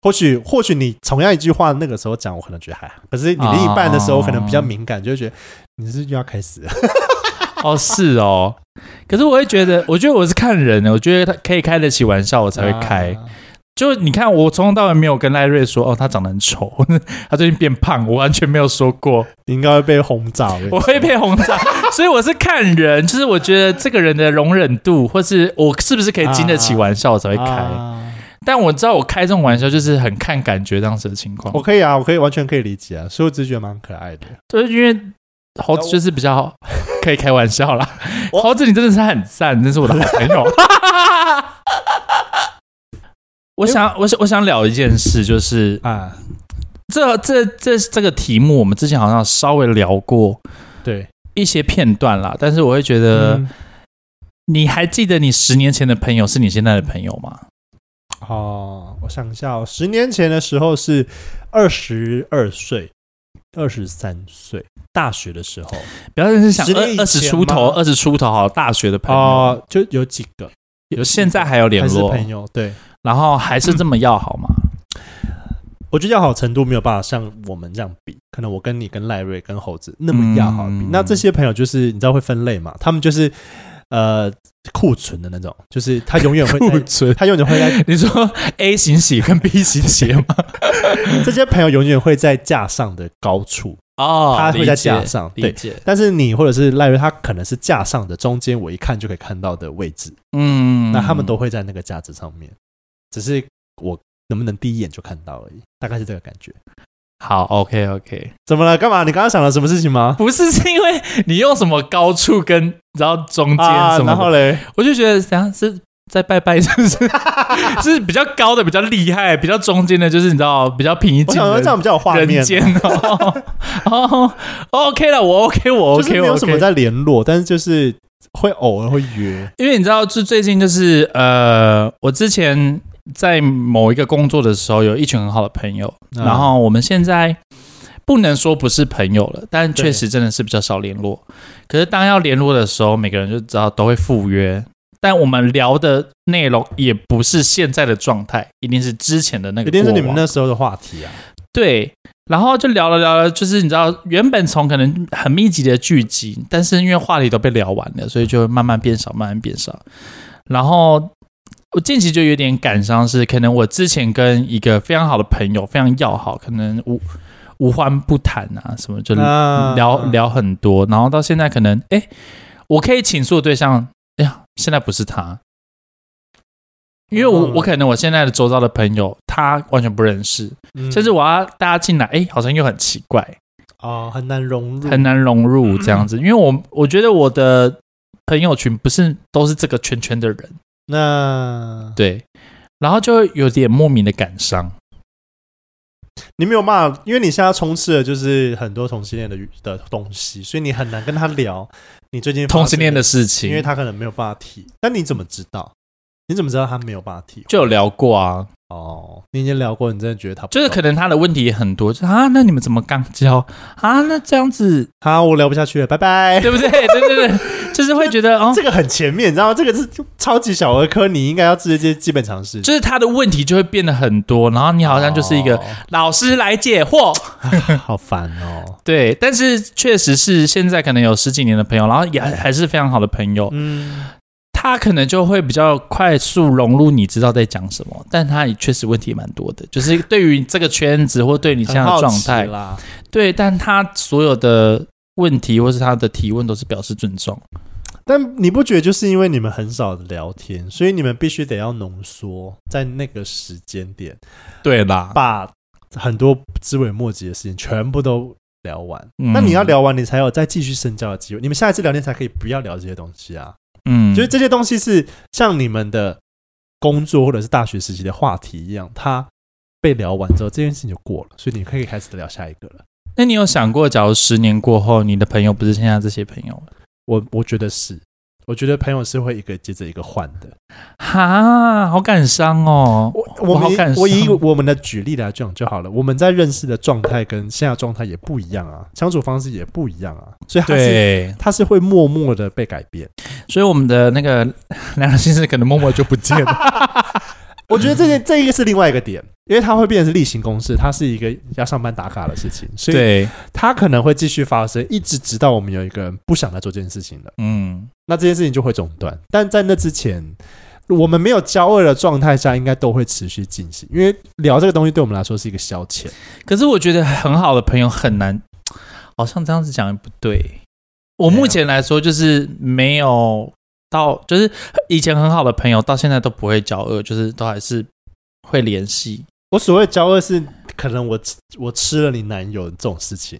A: 或许，或许你同样一句话，那个时候讲，我可能觉得还好。可是你另一半的时候，
B: 哦
A: 可能比较敏感，就会觉得你是又要开始了。
B: 哦，是哦。可是我会觉得，我觉得我是看人的，我觉得他可以开得起玩笑，我才会开。
A: 啊
B: 就你看，我从头到尾没有跟赖瑞说哦，他长得很丑， 他最近变胖，我完全没有说过，
A: 你应该会被轰炸。跟你
B: 我
A: 说
B: 会被轰炸。 所以我是看人，就是我觉得这个人的容忍度，或是我是不是可以经得起玩笑，我才会开。
A: 啊
B: 但我知道我开这种玩笑就是很看感觉当时的情况
A: 我，可以啊，我可以完全可以理解啊，所以我只是觉得蛮可爱的。
B: 就是因为。猴子就是比较好可以开玩笑啦，
A: 我
B: 猴子你真的是很赞，真是我的好朋友。 我想，我想，我想聊一件事，就是
A: 啊，
B: 这这这这个题目，我们之前好像稍微聊过
A: 对，
B: 一些片段啦，但是我会觉得，
A: 嗯，
B: 你还记得你十年前的朋友是你现在的朋友吗？
A: 哦，我想一下、哦，十年前的时候是二十二岁，二十三岁，大学的时候
B: 不要是想
A: 十年以前
B: 二二十出头，
A: 吗
B: 二十出头好大学的朋友，
A: 哦，就有几个
B: 有现在还有联
A: 还是
B: 络，
A: 朋友，对
B: 然后还是这么要好吗？
A: 我觉得要好程度没有办法像我们这样比，可能我跟你、跟赖瑞、跟猴子那么要好比。
B: 嗯
A: 那这些朋友就是你知道会分类嘛？他们就是呃库存的那种，就是他永远会
B: 库
A: 在。
B: 存，
A: 他永远会在
B: 你说 A 型血跟 B 型血吗？
A: 这些朋友永远会在架上的高处，
B: 哦，
A: 他会
B: 理
A: 在
B: 解
A: 架上，
B: 理
A: 对。
B: 解，
A: 但是你或者是赖瑞，他可能是架上的中间，我一看就可以看到的位置。
B: 嗯
A: 那他们都会在那个架子上面，只是我能不能第一眼就看到而已，大概是这个感觉。
B: 好，OK OK，
A: 怎么了？干嘛？你刚刚想了什么事情吗？
B: 不是是因为你用什么高处跟然后中间
A: 啊，
B: 什么
A: 然
B: 的
A: 后嘞，
B: 我就觉得怎样是在拜拜， 是不是？是比较高的比较厉害，比较中间的，就是你知道比较平易
A: 我
B: 近
A: 想说
B: 人
A: 这样比较有画面
B: 人
A: 啊，
B: 间哦。 哦，OK 了，我 OK，我
A: 就是
B: OK，
A: 没
B: 我
A: 有什么
B: OK。
A: 在联络，但是就是会偶尔会约
B: 因为你知道，就最近就是呃，我之前在某一个工作的时候，有一群很好的朋友，
A: 嗯
B: 然后我们现在。不能说不是朋友了，但确
A: 对
B: 实真的是比较少联络。可是当要联络的时候，每个人就知道都会赴约，但我们聊的内容也不是现在的状态，一定是之前的那个
A: 一
B: 过
A: 定
B: 往。
A: 是你们那时候的话题啊。
B: 对，然后就聊了聊了，就是你知道，原本从可能很密集的聚集，但是因为话题都被聊完了，所以就慢慢变少，慢慢变少。然后我近期就有点感伤，是可能我之前跟一个非常好的朋友非常要好，可能无无欢不谈啊，什么就
A: 啊
B: 聊、聊很多，然后到现在可能哎，我可以倾诉的对象，哎呀，现在不是他。因为我
A: 嗯
B: 我可能我现在的周遭的朋友，他完全不认识，
A: 嗯
B: 甚至我要大家进来，哎、好像又很奇怪，
A: 哦，很难融入，
B: 很难融入这样子。因为我我觉得我的朋友群不是都是这个圈圈的人，
A: 那
B: 对，啊然后就会有点莫名的感伤。
A: 你没有办法，因为你现在充斥的就是很多同性恋的语的东西，所以你很难跟他聊你最近发生
B: 同性恋的，事情，
A: 因为他可能没有办法提。但你怎么知道？你怎么知道他没有办法提？
B: 就有聊过啊，
A: 哦，你已经聊过，你真的觉得他不
B: 就是
A: 懂
B: 可能他的问题也很多，就是啊，那你们怎么刚交啊？那这样子
A: 好，我聊不下去了，拜拜。
B: 对不对？对对对，就是会觉得哦，
A: 这个很前面，你知道吗？这个是超级小儿科，你应该要知道这些基本常识。
B: 就是他的问题就会变得很多，然后你好像就是一个、老师来解惑，
A: 哦好烦 哦。
B: 对，但是确实是现在可能有十几年的朋友，然后也还还是非常好的朋友。
A: 嗯，
B: 他他可能就会比较快速融入你知道在讲什么，但他也确实问题蛮多的，就是对于这个圈子或对你现在的状
A: 嗯很
B: 态
A: 好奇，啦，
B: 对，但他所有的问题或是他的提问都是表示尊重。
A: 但你不觉得就是因为你们很少聊天，所以你们必须得要浓缩在那个时间点，
B: 对啦，
A: 把很多枝微末节的事情全部都聊完。
B: 嗯
A: 那你要，聊完，你才有再继续深交的机会。你们下一次聊天才可以不要聊这些东西啊。
B: 嗯
A: 就是这些东西是像你们的工作或者是大学时期的话题一样，它被聊完之后，这件事情就过了，所以你可以开始聊下一个了。
B: 那你有想过，假如十年过后，你的朋友不是现在这些朋友了？
A: 我我觉得是，我觉得朋友是会一个接着一个换的。
B: 哈，好感伤哦。
A: 我我
B: 好
A: 们
B: 感
A: 以我以
B: 伤
A: 我们的举例来讲就好了。我们在认识的状态跟现在的状态也不一样啊，相处方式也不一样啊，所以它是
B: 对，
A: 它是会默默的被改变。
B: 所以我们的那个 良人心事可能默默就不见了。
A: 我觉得这 件这一个是另外一个点，因为它会变成是例行公事，它是一个要上班打卡的事情，所以
B: 对，
A: 它可能会继续发生，一直直到我们有一个人不想来做这件事情了，
B: 嗯，
A: 那这件事情就会中断。但在那之前，我们没有交恶的状态下，应该都会持续进行，因为聊这个东西对我们来说是一个消遣。
B: 可是我觉得很好的朋友很难，好像这样子讲也不对。我目前来说就是没有到，就是以前很好的朋友到现在都不会交恶，就是都还是会联系。
A: 我所谓交恶是，可能我我吃了你男友这种事情，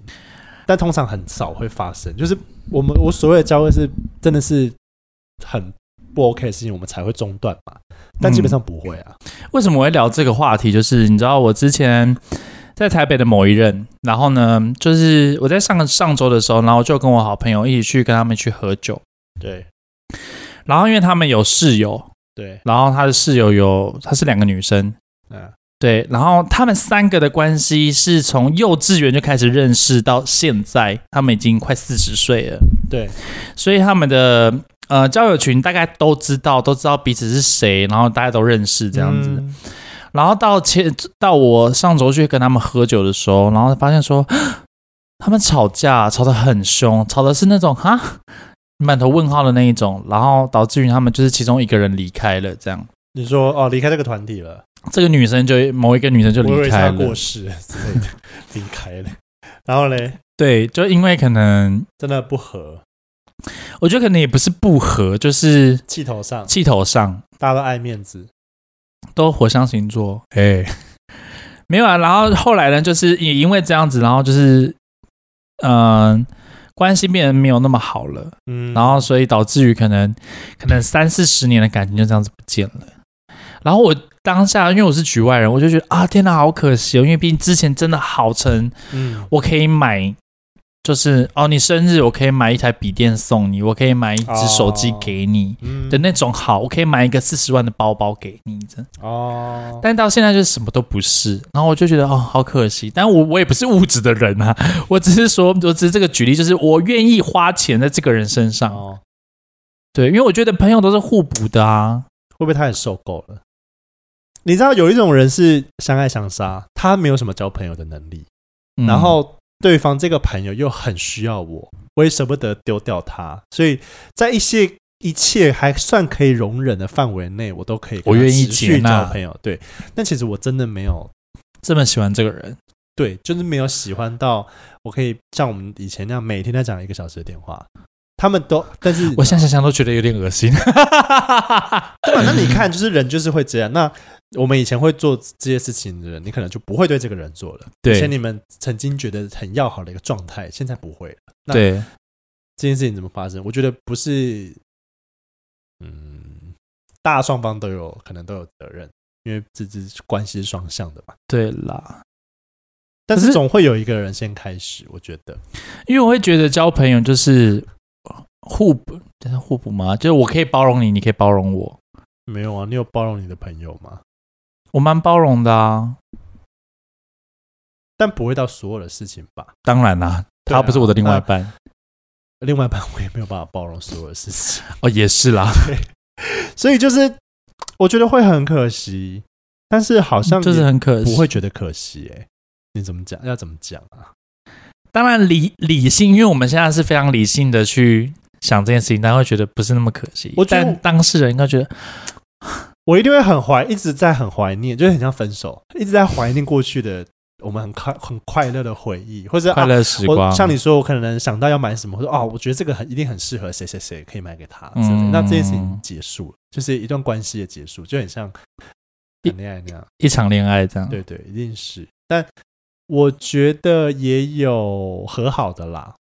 A: 但通常很少会发生。就是我们我所谓的交恶是，真的是很不 OK 的事情，我们才会中断嘛。但基本上不会啊。
B: 为什么我会聊这个话题？就是你知道我之前在台北的某一任，然后呢，就是我在上上周的时候，然后就跟我好朋友一起去跟他们去喝酒，
A: 对
B: 然后因为他们有室友，
A: 对，
B: 然后他的室友有她是两个女生，
A: 嗯，
B: 对，然后他们三个的关系是从幼稚园就开始认识到现在，他们已经快四十岁了，
A: 对，
B: 所以他们的呃交友群大概都知道，都知道彼此是谁，然后大家都认识这样子。
A: 嗯
B: 然后到前到我上周去跟他们喝酒的时候，然后发现说他们吵架吵得很凶，吵的是那种哈满头问号的那一种，然后导致于他们就是其中一个人离开了，这样
A: 你说哦，离开这个团体了，
B: 这个女生就某一个女生就
A: 我以为
B: 离
A: 是
B: 开
A: 他
B: 了
A: 过，世之类 的，离开了。然后嘞，
B: 对，就因为可能
A: 真的不合，
B: 我觉得可能也不是不合，就是
A: 气头上，
B: 气头上
A: 大家都爱面子，
B: 都火象星座，哎， 没有啊。然后后来呢，就是也因为这样子，然后就是嗯、关系变得没有那么好了。
A: 嗯
B: 然后所以导致于可能可能三四十年的感情就这样子不见了。然后我当下因为我是局外人，我就觉得啊天哪，好可惜哦，因为毕竟之前真的好成，
A: 嗯，
B: 我可以买。就是哦，你生日我可以买一台笔电送你，我可以买一只手机给你
A: 嗯
B: 的那种好，我可以买一个四十万的包包给你，这
A: 哦，
B: 但到现在就是什么都不是，然后我就觉得哦，好可惜。但我我也不是物质的人啊， 我只是说，我只是这个举例，就是我愿意花钱在这个人身上。
A: 哦，
B: 对，因为我觉得朋友都是互补的啊。
A: 会不会他也受够了？你知道有一种人是相爱相杀，他没有什么交朋友的能力，
B: 嗯
A: 然后对方这个朋友又很需要我，我也舍不得丢掉他，所以在一些一切还算可以容忍的范围内，我都可以跟
B: 我
A: 他
B: 愿意
A: 持
B: 接
A: 续
B: 纳
A: 交朋友。对，但其实我真的没有，
B: 这么喜欢这个人，
A: 对，就是没有喜欢到我可以像我们以前那样每天在讲一个小时的电话。他们都，但是
B: 我现在想想都觉得有点恶心。
A: 对吧？那你看，就是人就是会这样。那我们以前会做这些事情的人，你可能就不会对这个人做了。以前
B: 对
A: 你们曾经觉得很要好的一个状态，现在不会了。那
B: 对，
A: 这件事情怎么发生？我觉得不是，嗯，大双方都有可能都有责任，因为这只关系是双向的嘛。
B: 对啦，
A: 但
B: 可
A: 是
B: 是
A: 总会有一个人先开始，我觉得
B: 因为我会觉得交朋友就是互补，真的互补吗？就是我可以包容你，你可以包容我，
A: 没有啊。你有包容你的朋友吗？
B: 我蛮包容的啊。
A: 但不会到所有的事情吧。
B: 当然啦，
A: 对啊
B: 他不是我的另外一半、
A: 另外一半我也没有办法包容所有的事情。
B: 哦，也是啦，
A: 所以就是我觉得会很可惜，但是好像
B: 嗯就是
A: 也
B: 很可惜。
A: 不会，觉得可惜哎、你怎么讲？要怎么讲啊？
B: 当然理理性，因为我们现在是非常理性的去想这件事情，但会觉得不是那么可惜。
A: 我觉得
B: 但当事人应该觉得，
A: 我一定会很怀，一直在很怀念，就是很像分手，一直在怀念过去的我们很快很快乐的回忆，或者
B: 快
A: 啊
B: 乐时光，
A: 我像你说，我可能想到要买什么，我说哦，我觉得这个很一定很适合谁谁谁，可以买给他。
B: 嗯
A: 之类的那这件事情结束了，就是一段关系的结束，就很像谈恋爱那样。
B: 一场恋爱这样，
A: 对对，一定是。但我觉得也有和好的啦，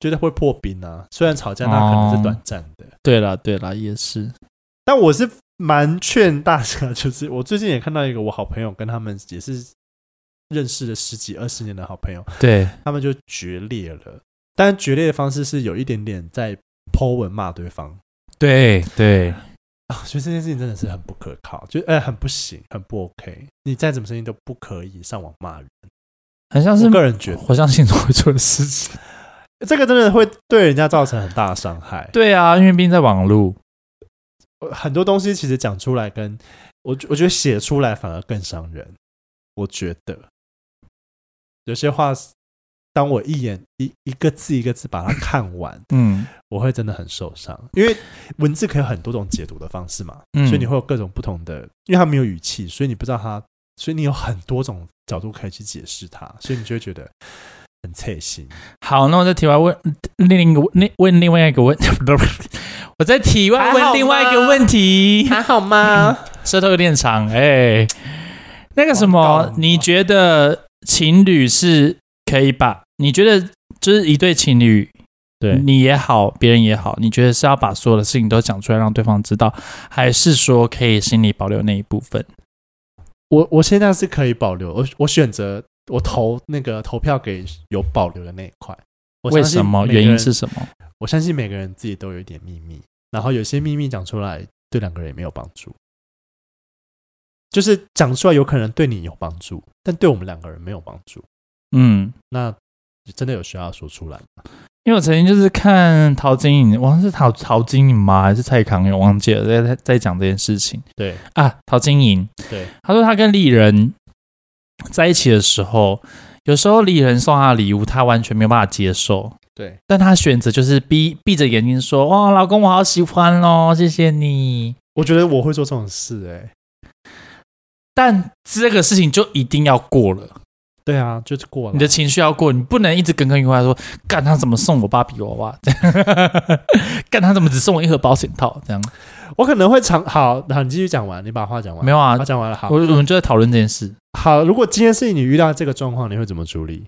A: 觉得会破冰啊。虽然吵架那可能是短暂的，
B: 对了对了，也是，
A: 但我是蛮劝大家，就是我最近也看到一个我好朋友跟他们也是认识了十几二十年的好朋友，
B: 对，
A: 他们就决裂了。但决裂的方式是有一点点在 Po 文骂对方
B: 对对，
A: 啊，所以这件事情真的是很不可靠，就呃很不行，很不 OK。你再怎么声音都不可以上网骂人，
B: 很像是
A: 我个人觉得
B: 火象星座会做的事情。
A: 这个真的会对人家造成很大的伤害。
B: 对啊，因为毕竟在网络，
A: 呃很多东西其实讲出来跟我我觉得写出来反而更伤人，我觉得有些话是。当我一眼一一个字一个字把它看完，
B: 嗯
A: 我会真的很受伤，因为文字可以有很多种解读的方式嘛。
B: 嗯，
A: 所以你会有各种不同的，因为它没有语气，所以你不知道它，所以你有很多种角度可以去解释它，所以你就会觉得很刺心。
B: 好，那我在题外问另一个问问另外一个问， 我在题外
A: 还好
B: 问
A: 吗
B: 另外一个问题，
A: 还好吗？
B: 舌头有点长，哎、那个什
A: 广告
B: 么
A: 很，
B: 你
A: 多
B: 觉得情侣是可以把？你觉得就是一对情侣，
A: 对，
B: 你也好，别人也好，你觉得是要把所有的事情都讲出来让对方知道，还是说可以心里保留那一部分？
A: 我我现在是可以保留，我我选择我投那个投票给有保留的那一块。我
B: 为
A: 相信
B: 什
A: 每
B: 么？
A: 个
B: 原因
A: 人
B: 是什么？
A: 我相信每个人自己都有一点秘密，然后有些秘密讲出来对两个人也没有帮助，就是讲出来有可能对你有帮助，但对我们两个人没有帮助。
B: 嗯，
A: 那真的有需要说出来吗。
B: 因为我曾经就是看陶晶莹，我好像是陶陶晶莹吗？还是蔡康永？忘记了，在在在讲这件事情
A: 对
B: 啊。陶晶莹，
A: 对，
B: 他说他跟丽人在一起的时候，有时候丽人送他的礼物，他完全没有办法接受，
A: 对，
B: 但他选择就是闭闭着眼睛说：“哇，老公，我好喜欢哦，谢谢你。
A: 我觉得我会做这种事、欸，哎，”
B: 但这个事情就一定要过了，
A: 对啊，就是过了。
B: 你的情绪要过，你不能一直耿耿于怀说：“干他怎么送我芭比娃 娃？干他怎么只送我一盒保险套？”这样
A: 我可能会常好，好，你继续讲完，你把话讲完。
B: 没
A: 有
B: 有啊
A: 啊，？讲完了，好
B: 我，我们就在讨论这件事。
A: 好。如果今天是你遇到这个状况，你会怎么处理？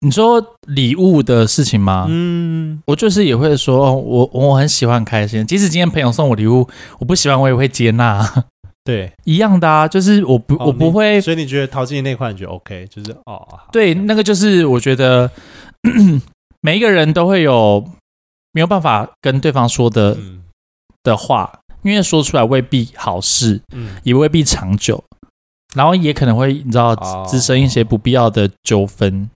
B: 你说礼物的事情吗？
A: 嗯，
B: 我就是也会说，哦我我很喜欢很开心，即使今天朋友送我礼物，我不喜欢我也会接纳，
A: 对，
B: 一样的啊，就是我不、
A: 哦
B: 我不
A: 你
B: 会
A: 所以你觉得陶晶莹那块，你觉得 OK，就是哦，好
B: 对那个就是我觉得 每一个人都会有没有办法跟对方说的、
A: 嗯
B: 的话，因为说出来未必好事，
A: 嗯，
B: 也未必长久，然后也可能会你知道
A: 哦
B: 滋生一些不必要的纠纷，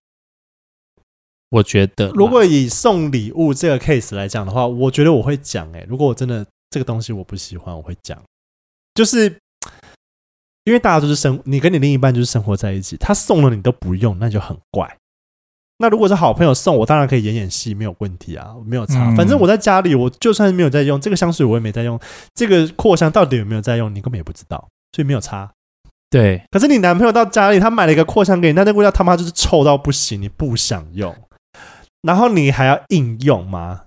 B: 我觉得啦
A: 如果以送礼物这个 case 来讲的话，我觉得我会讲，哎，如果我真的这个东西我不喜欢，我会讲，就是。因为大家都是生，你跟你另一半就是生活在一起，他送了你都不用，那就很怪。那如果是好朋友送我，当然可以演演戏，没有问题啊，没有差。
B: 嗯
A: 反正我在家里，我就算是没有在用这个香水，我也没在用。这个扩香到底有没有在用，你根本也不知道，所以没有差。
B: 对
A: 可是你男朋友到家里，他买了一个扩香给你，那那个味道他妈就是臭到不行，你不想用，然后你还要应用吗？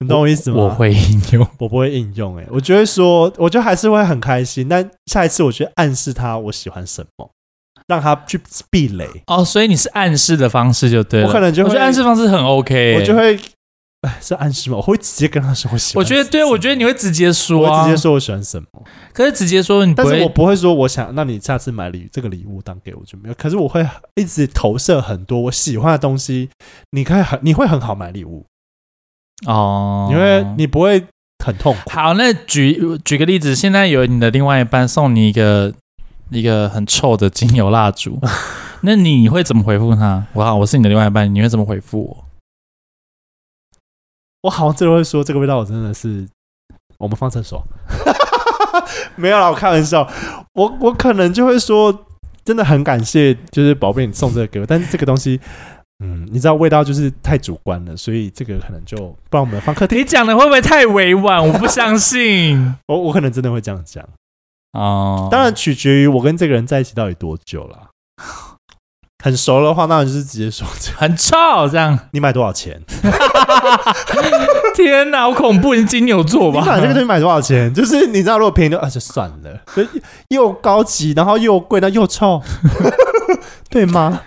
A: 你懂我意思吗？
B: 我，会用。
A: 我不会应用、欸，哎，我觉得说，我觉得还是会很开心，但下一次我觉得暗示他我喜欢什么，让他去避雷，
B: 哦，所以你是暗示的方式就对了。
A: 我可能就会
B: 我觉得暗示方式很 OK，欸、
A: 我就会，哎，是暗示吗？我会直接跟他说我喜欢什么。
B: 我觉得对，我觉得你会直接说、
A: 我
B: 啊，
A: 会直接。说我喜欢什么，
B: 可是直接说你不
A: 但
B: 会，
A: 是我不会说我想，那你下次买礼这个礼物当给我就没有。可是我会一直投射很多我喜欢的东西，你可以很你会很好买礼物，
B: 哦，
A: 因为你不会很痛苦。
B: 好，那举举个例子，现在有你的另外一半送你一个一个很臭的精油蜡 烛，那你会怎么回复他？我好，我是你的另外一半，你会怎么回复我？
A: 我好像最后会说这个味道，我真的是我们放厕所。 没有啦，我开玩笑。我我可能就会说，真的很感谢，就是宝贝你送这个给我，但是这个东西嗯，你知道味道就是太主观了，所以这个可能就不然我们放客厅，
B: 你讲的会不会太委婉？我不相信。
A: 我我可能真的会这样讲。
B: 哦，
A: 当然取决于我跟这个人在一起到底多久 啦。很熟的话，当然就是直接说
B: 很臭，这样。
A: 你买多少钱，
B: 天哪，好恐怖！你是金牛座
A: 你
B: 吧？
A: 买这个东西买多少钱，就是你知道，如果便宜就啊就算了，就又高级，然后又贵，那又臭， 对吗？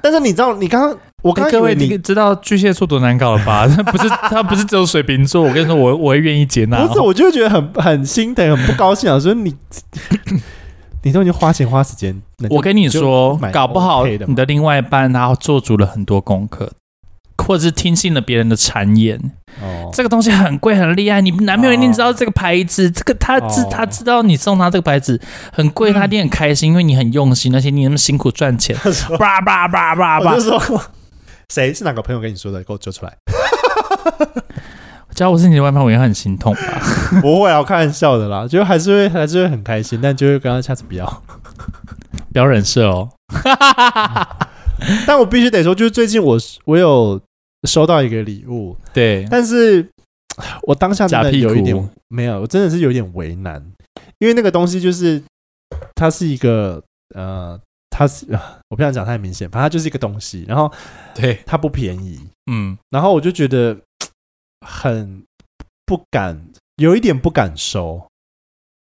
A: 但是你知道，你刚刚我刚
B: 哎
A: 刚
B: 各
A: 以为
B: 位
A: 你
B: 你知道巨蟹座多难搞了吧？ 他不是他不是只有水瓶座，我跟你说，我我会愿意接纳哦。
A: 不是，我就会觉得很很心疼，很不高兴啊！ 说你， 你都已经花钱花时间，那就
B: 我跟你说
A: 就买，
B: 搞不好
A: OK 的嘛
B: 你的另外一半他做足了很多功课，或者是听信了别人的谗言，
A: 哦，
B: 这个东西很贵很厉害，你男朋友一定知道这个牌子，这个他知
A: 哦
B: 他知道你送他这个牌子很贵，他一定很开心，因为你很用心，而且你那么辛苦赚钱，
A: 他说，
B: 叭叭叭叭
A: 我
B: 叭
A: 就，说， 谁是哪个朋友跟你说的？给我揪出来！
B: 只要我是你的外卖，我也很心痛吧？
A: 不会啊，我开玩笑的啦，就还是会还是会很开心，但就会跟他下次不要。
B: 不要忍受哦。
A: 但我必须得说，就是最近我我有收到一个礼物，
B: 对，
A: 但是我当下真
B: 嗯假
A: 的
B: 屁
A: 有一
B: 股
A: 点没有，我真的是有点为难，因为那个东西就是它是一个呃，它是 我不想讲太明显，反正它就是一个东西，然后
B: 对，
A: 它不便宜，
B: 嗯，
A: 然后我就觉得很不敢，有一点不敢收，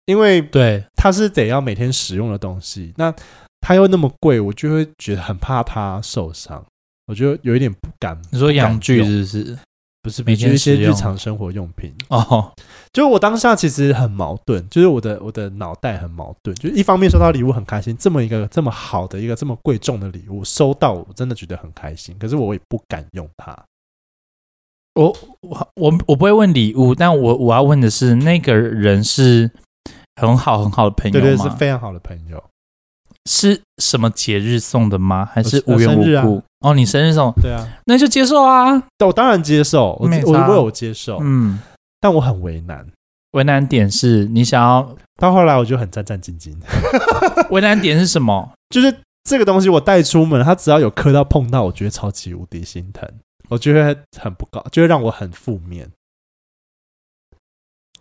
A: 因为
B: 对，
A: 它是得要每天使用的东西，那它又那么贵，我就会觉得很怕它受伤，我就有一点不敢，
B: 你说
A: 敢
B: 养具
A: 用
B: 是不是？
A: 不是
B: 每
A: 就
B: 天
A: 是一些
B: 使
A: 日
B: 用
A: 常生活用品。
B: 哦，
A: 就是我当下其实很矛盾，就是我的我的脑袋很矛盾，就是一方面收到礼物很开心，这么一个这么好的一个这么贵重的礼物收到，我真的觉得很开心，可是我也不敢用它。
B: 我我我我不会问礼物，但我我要问的是那个人是很好很好的朋友
A: 对
B: 吗？
A: 对，是非常好的朋友。
B: 是什么节日送的吗？还是
A: 我
B: 无缘
A: 我
B: 无
A: 生日啊
B: 故？哦，你生日送，
A: 对啊，
B: 那就接受啊。
A: 但我当然接受，我
B: 没
A: 我
B: 差
A: 我有接受，
B: 嗯，
A: 但我很为难。
B: 为难点是你想要，
A: 到后来我就很战战兢兢，
B: 为难点是什么？
A: 就是这个东西我带出门，它只要有磕到碰到，我觉得超级无敌心疼，我觉得很不高，就会让我很负面。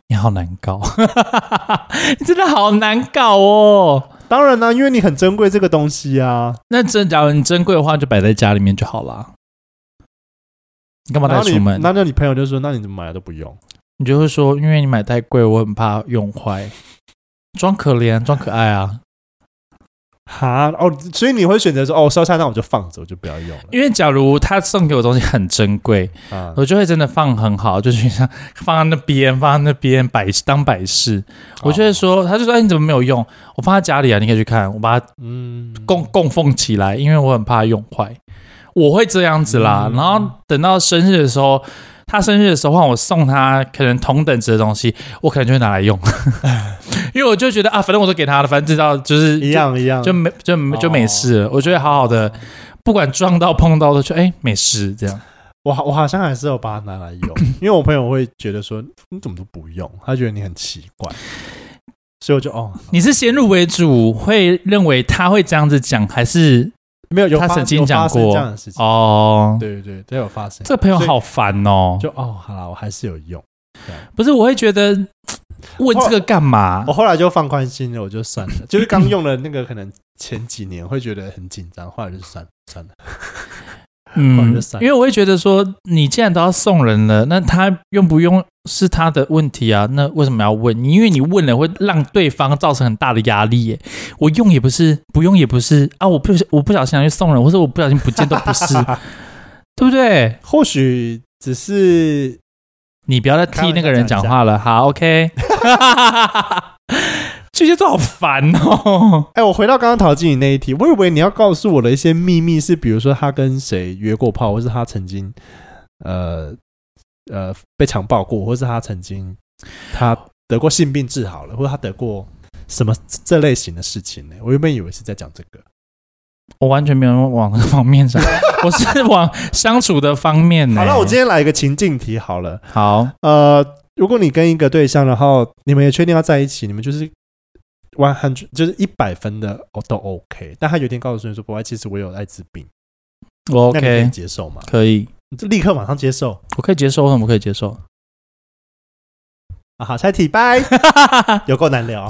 B: 你好难搞， 你真的好难搞哦。
A: 当然啦、因为你很珍贵这个东西啊，
B: 那真假如你珍贵的话，就摆在家里面就好啦。你干嘛
A: 然
B: 带
A: 后
B: 出
A: 你，
B: 门？
A: 那那你朋友就说：“那你怎么买了都不用
B: 你就会说，因为你买太贵，我很怕用坏，装可怜，装可爱啊。？”
A: 哈哦，所以你会选择说：“哦，烧菜那我就放着，我就不要用了。
B: 因为假如他送给我的东西很珍贵，”
A: 啊，
B: 我就会真的放很好，就是像 放在那边，放在那边摆当摆饰。我就会说，他就说：“哎，你怎么没有用？我放在家里啊，你可以去看，我把它
A: 嗯，
B: 供供奉起来，因为我很怕用坏。”我会这样子啦。
A: 嗯
B: 然后等到生日的时候，他生日的时候换我送他可能同等值的东西，我可能就会拿来用， 因为我就觉得啊，反正我都给他了，反正知道就是
A: 一样哦一样，
B: 就，就没就没就没事了。我就会好好的，不管撞到碰到都觉得哎没事这样。
A: 我好我好像还是有把它拿来用，因为我朋友会觉得说：“你怎么都不用？”他觉得你很奇怪，所以我就哦，
B: 你是先入为主，会认为他会这样子讲，还是
A: 没有有
B: 他
A: 发
B: 曾经
A: 有发
B: 讲
A: 生
B: 过
A: 这样的事情，
B: 哦？
A: 对对对，都有发生。
B: 这个朋友
A: 所以
B: 好烦哦！
A: 就哦，好啦，我还是有用。
B: 不是，我会觉得问这个干嘛
A: 我？后来就放宽心了，我就算 了，就是刚用了那个，可能前几年会觉得很紧张，后来就算了算了。
B: 嗯
A: 我就删，
B: 因为我会觉得说，你既然都要送人了，那他用不用是他的问题啊？那为什么要问？因为你问了会让对方造成很大的压力耶。我用也不是，不用也不是啊！我不我不小心拿去送人，或者我不小心不见都不是， 对不对？
A: 或许只是
B: 你不要再替那个人讲话了。好，OK。巨蟹座好烦哦。
A: 哎、我回到刚刚陶晶莹那一题，我以为你要告诉我的一些秘密是，比如说他跟谁约过炮，或是他曾经呃呃被强暴过，或是他曾经他得过性病治好了，或者他得过什么这类型的事情呢？我原本以为是在讲这个，
B: 我完全没有往那方面想，我是往相处的方面呢、
A: 好，那我今天来一个情境题好了。
B: 好，
A: 呃，如果你跟一个对象，然后你们也确定要在一起，你们就是 one hundred 就是一百分的哦都 OK，但他有一天告诉你说，不爱，其实我有艾滋病，
B: 我
A: 那你可以
B: OK，
A: 接受吗？
B: 可以，
A: 你就立刻马上接受
B: 我可以接受，为什么可以接受？
A: 啊！好，下一题， 拜，有够难聊。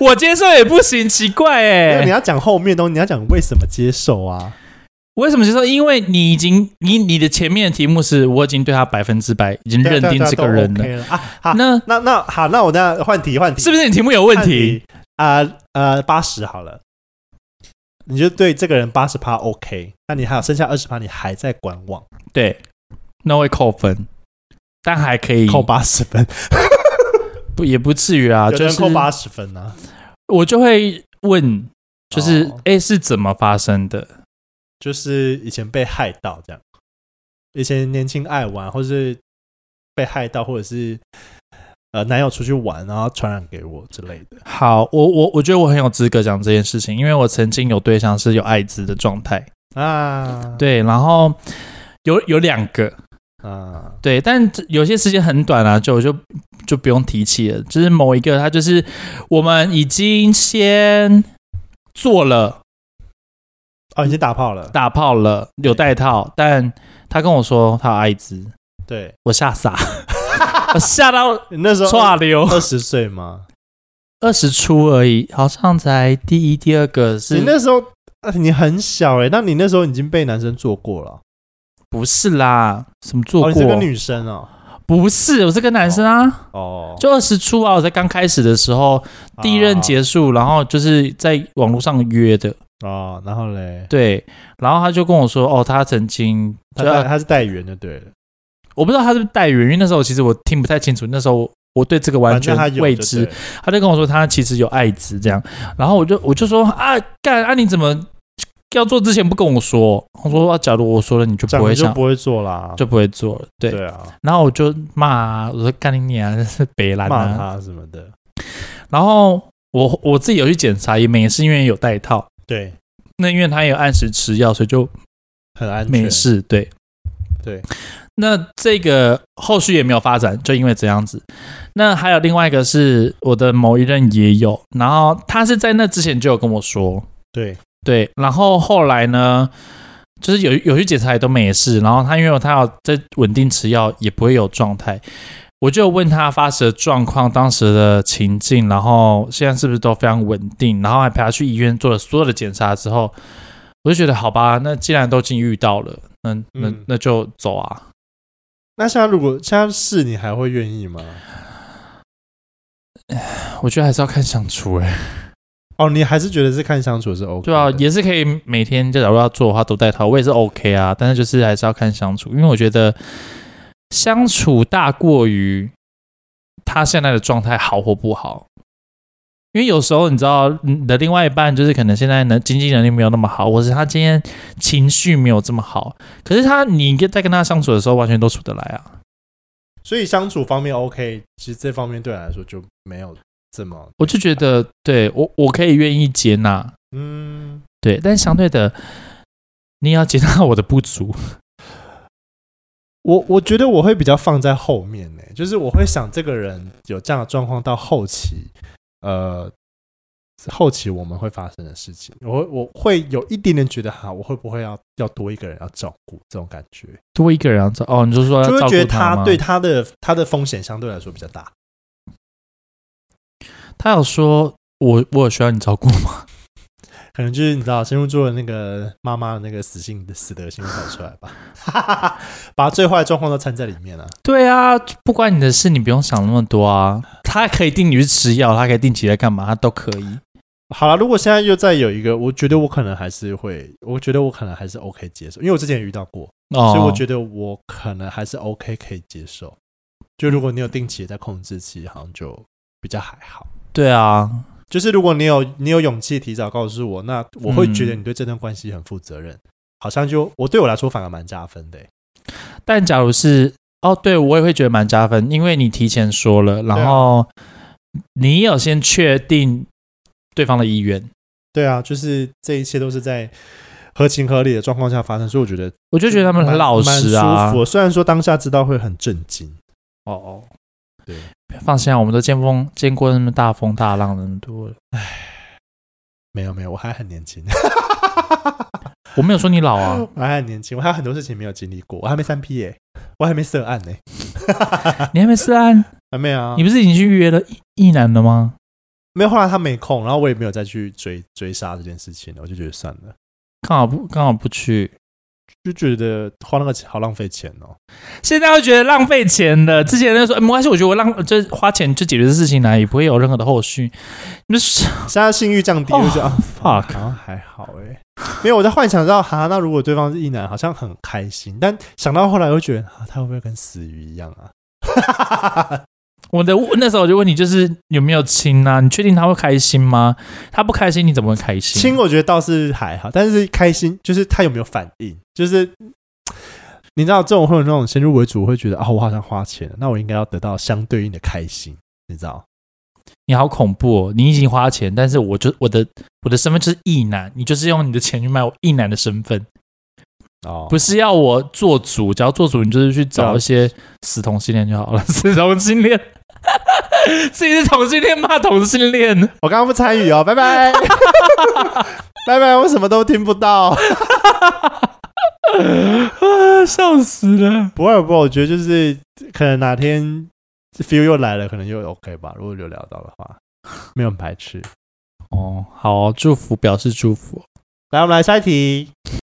B: 我接受也不行，奇怪
A: 因为你
B: 哎、
A: 要讲后面的东西，你要讲为什么接受啊？
B: 为什么接受？因为你已经你你的前面的题目是我已经对他百分之百已经
A: 对啊
B: 认
A: 对啊
B: 定
A: 对啊
B: 这
A: 都
B: 个人了，
A: OK 了啊。好，
B: 那
A: 那那好，那我那换题换题，
B: 是不是你题目有问
A: 换
B: 题？
A: 题啊？呃，八十好了，你就对这个人八十趴 OK，那你还有剩下二十趴，你还在观望，
B: 对，那会扣分，但还可以
A: 扣八十分，
B: 不也不至于啊，
A: 有的
B: 就
A: 人
B: 是
A: 扣八十分呢，
B: 我就会问，就是
A: 哦
B: 哎、诶是怎么发生的？
A: 就是以前被害到这样，以前年轻爱玩，或是被害到，或者是呃男友出去玩，然后传染给我之类的。
B: 好，我我我觉得我很有资格讲这件事情，因为我曾经有对象是有艾滋的状态，
A: 啊，
B: 对，然后有有两个，
A: 啊，
B: 对，但这有些时间很短啊，就我就就不用提起了。就是某一个，他就是我们已经先做了嗯
A: 哦，已经打炮了，
B: 打炮了，有带套，但他跟我说他有艾滋，
A: 对，
B: 我吓傻，我吓 到
A: 你那时候
B: 岔流。
A: 二十岁吗？
B: 二十出而已，好像才第一、第二个是
A: 你那时候啊你很小哎、那你那时候已经被男生做过了，
B: 不是啦？什么做
A: 哦，你
B: 过？
A: 是个女生哦，
B: 不是，我是个男生啊，
A: 哦，
B: 就二十出啊，我在刚开始的时候，第一任结束，然后就是在网络上约的。
A: 啊哦，然后嘞，
B: 对，然后他就跟我说，哦，他曾经，
A: 他
B: 就
A: 带他是带员就对了，
B: 我不知道他是不是代言，因为那时候其实我听不太清楚，那时候我对这个完
A: 反
B: 全
A: 正他有
B: 未
A: 就
B: 知
A: 对。了
B: 他就跟我说他其实有艾滋这样，然后我就我就说啊，干啊，你怎么要做之前不跟我说？我说、啊、假如我说了，你就
A: 这
B: 不
A: 样
B: 会
A: 你就
B: 想。
A: 不会做啦，
B: 就不会做了，对。
A: 对啊，
B: 然后我就骂啊，我说干你娘，真是北兰
A: 骂
B: 啊！
A: 他什么的，
B: 然后我我自己有去检查，也没是因为有带套，
A: 对，
B: 那因为他也有按时吃药，所以就
A: 很安全，
B: 没事。对，
A: 对，
B: 那这个后续也没有发展，就因为这样子。那还有另外一个是我的某一任也有，然后他是在那之前就有跟我说，
A: 对，
B: 对，然后后来呢，就是有有去检查也都没事，然后他因为他要在稳定吃药，也不会有状态。我就有问他发生的状况、当时的情境，然后现在是不是都非常稳定，然后还陪他去医院做了所有的检查之后，我就觉得好吧，那既然都已经遇到了，那那
A: 嗯
B: 那就走啊，
A: 那现在如果现在是你还会愿意吗？
B: 我觉得还是要看相处哎、
A: 哦，你还是觉得是看相处是 OK，
B: 对啊，
A: 的
B: 也是可以每天就假如要做的话都带套，我也是 OK 啊，但是就是还是要看相处，因为我觉得相处大过于他现在的状态好或不好。因为有时候你知道，你的另外一半就是可能现在能经济能力没有那么好，或是他今天情绪没有这么好，可是他你在跟他相处的时候完全都处得来啊。
A: 所以相处方面 OK，其实这方面对我来说就没有这么，
B: 我就觉得，对我我可以愿意接纳，
A: 嗯，
B: 对，但相对的，你也要接纳我的不足。
A: 我我觉得我会比较放在后面呢、就是我会想这个人有这样的状况到后期，呃，后期我们会发生的事情，我会我会有一点点觉得哈，我会不会要要多一个人要照顾这种感觉，
B: 多一个人要照哦，你就说要
A: 就
B: 照
A: 会觉
B: 顾
A: 得他
B: 吗？
A: 对他的他的风险相对来说比较大。
B: 他有说我我有需要你照顾吗？
A: 可能就是你知道，深入做的那个妈妈的那个死性死德性跑出来吧， 哈哈哈，把最坏的状况都掺在里面了、
B: 对啊，不关你的事，你不用想那么多啊。他可以定你去吃药，他可以定期在干嘛，他都可以。
A: 好了，如果现在又再有一个，我觉得我可能还是会，我觉得我可能还是 OK 接受，因为我之前也遇到过，
B: 哦，
A: 所以我觉
B: 得
A: 得我可能还是 OK 可以接受。就如果你有定期在控制期，好像就比较还好。
B: 对啊，
A: 就是如果你有你有勇气提早告诉我，那我会觉得
B: 嗯
A: 你对这段关系很负责任，好像就我对我来说反而蛮加分的欸、
B: 但假如是哦，对我也会觉得蛮加分，因为你提前说了，然后
A: 啊
B: 你有先确定对方的意愿，
A: 对啊，就是这一切都是在合情合理的状况下发生，所以我觉得
B: 我就觉得他们很
A: 蛮
B: 老实
A: 蛮
B: 啊
A: 舒。服的。虽然说当下知道会很震惊，
B: 哦哦，
A: 对，
B: 放心啊，我们都见风见过那么大风大浪的那么多了。
A: 没有没有，我还很年轻。
B: 我没有说你老啊，
A: 我还很年轻，我还有很多事情没有经历过，我还没三 P 耶、我还没涉案呢、
B: 你还没涉案，
A: 还没 啊
B: 你，不是已经去预约了一一男了吗？
A: 没有。后来他没空，然后我也没有再去追追杀这件事情了，我就觉得算了，
B: 刚好不刚好不去，
A: 就觉得花那个钱好浪费钱哦。
B: 现在会觉得浪费钱了。之前人家说、哎没关系，我觉得我浪就是花钱就解决这事情来，也不会有任何的后续。你就是
A: 现在性欲降低，
B: 哦
A: 就觉得啊好
B: fuck
A: 像还好哎、没有，我在幻想到，哈、那如果对方是异男，好像很开心，但想到后来又觉得，啊，他会不会跟死鱼一样啊？
B: 我的那时候我就问你，就是有没有亲啊？你确定他会开心吗？他不开心，你怎么会开心？
A: 亲，我觉得倒是还好，但是开心就是他有没有反应，就是你知道这种会有那种先入为主，会觉得啊，我好像花钱了，那我应该要得到相对应的开心，你知道？
B: 你好恐怖哦！你已经花钱，但是我就我的我的身份就是异男，你就是用你的钱去买我异男的身份，
A: 哦，
B: 不是要我做主，只要做主，你就是去找一些死同性恋就好了， 死同性恋。自己是同性恋骂同性恋， 啊
A: 我刚刚不参与哦，拜拜， 拜拜，我什么都听不到。
B: 啊，笑死了！
A: 不会不会，我觉得就是可能哪天 feel 又来了，可能就 OK 吧。如果有聊到的话，没有很排斥。
B: 哦哦，好，祝福表示祝福。
A: 来，我们来下一题。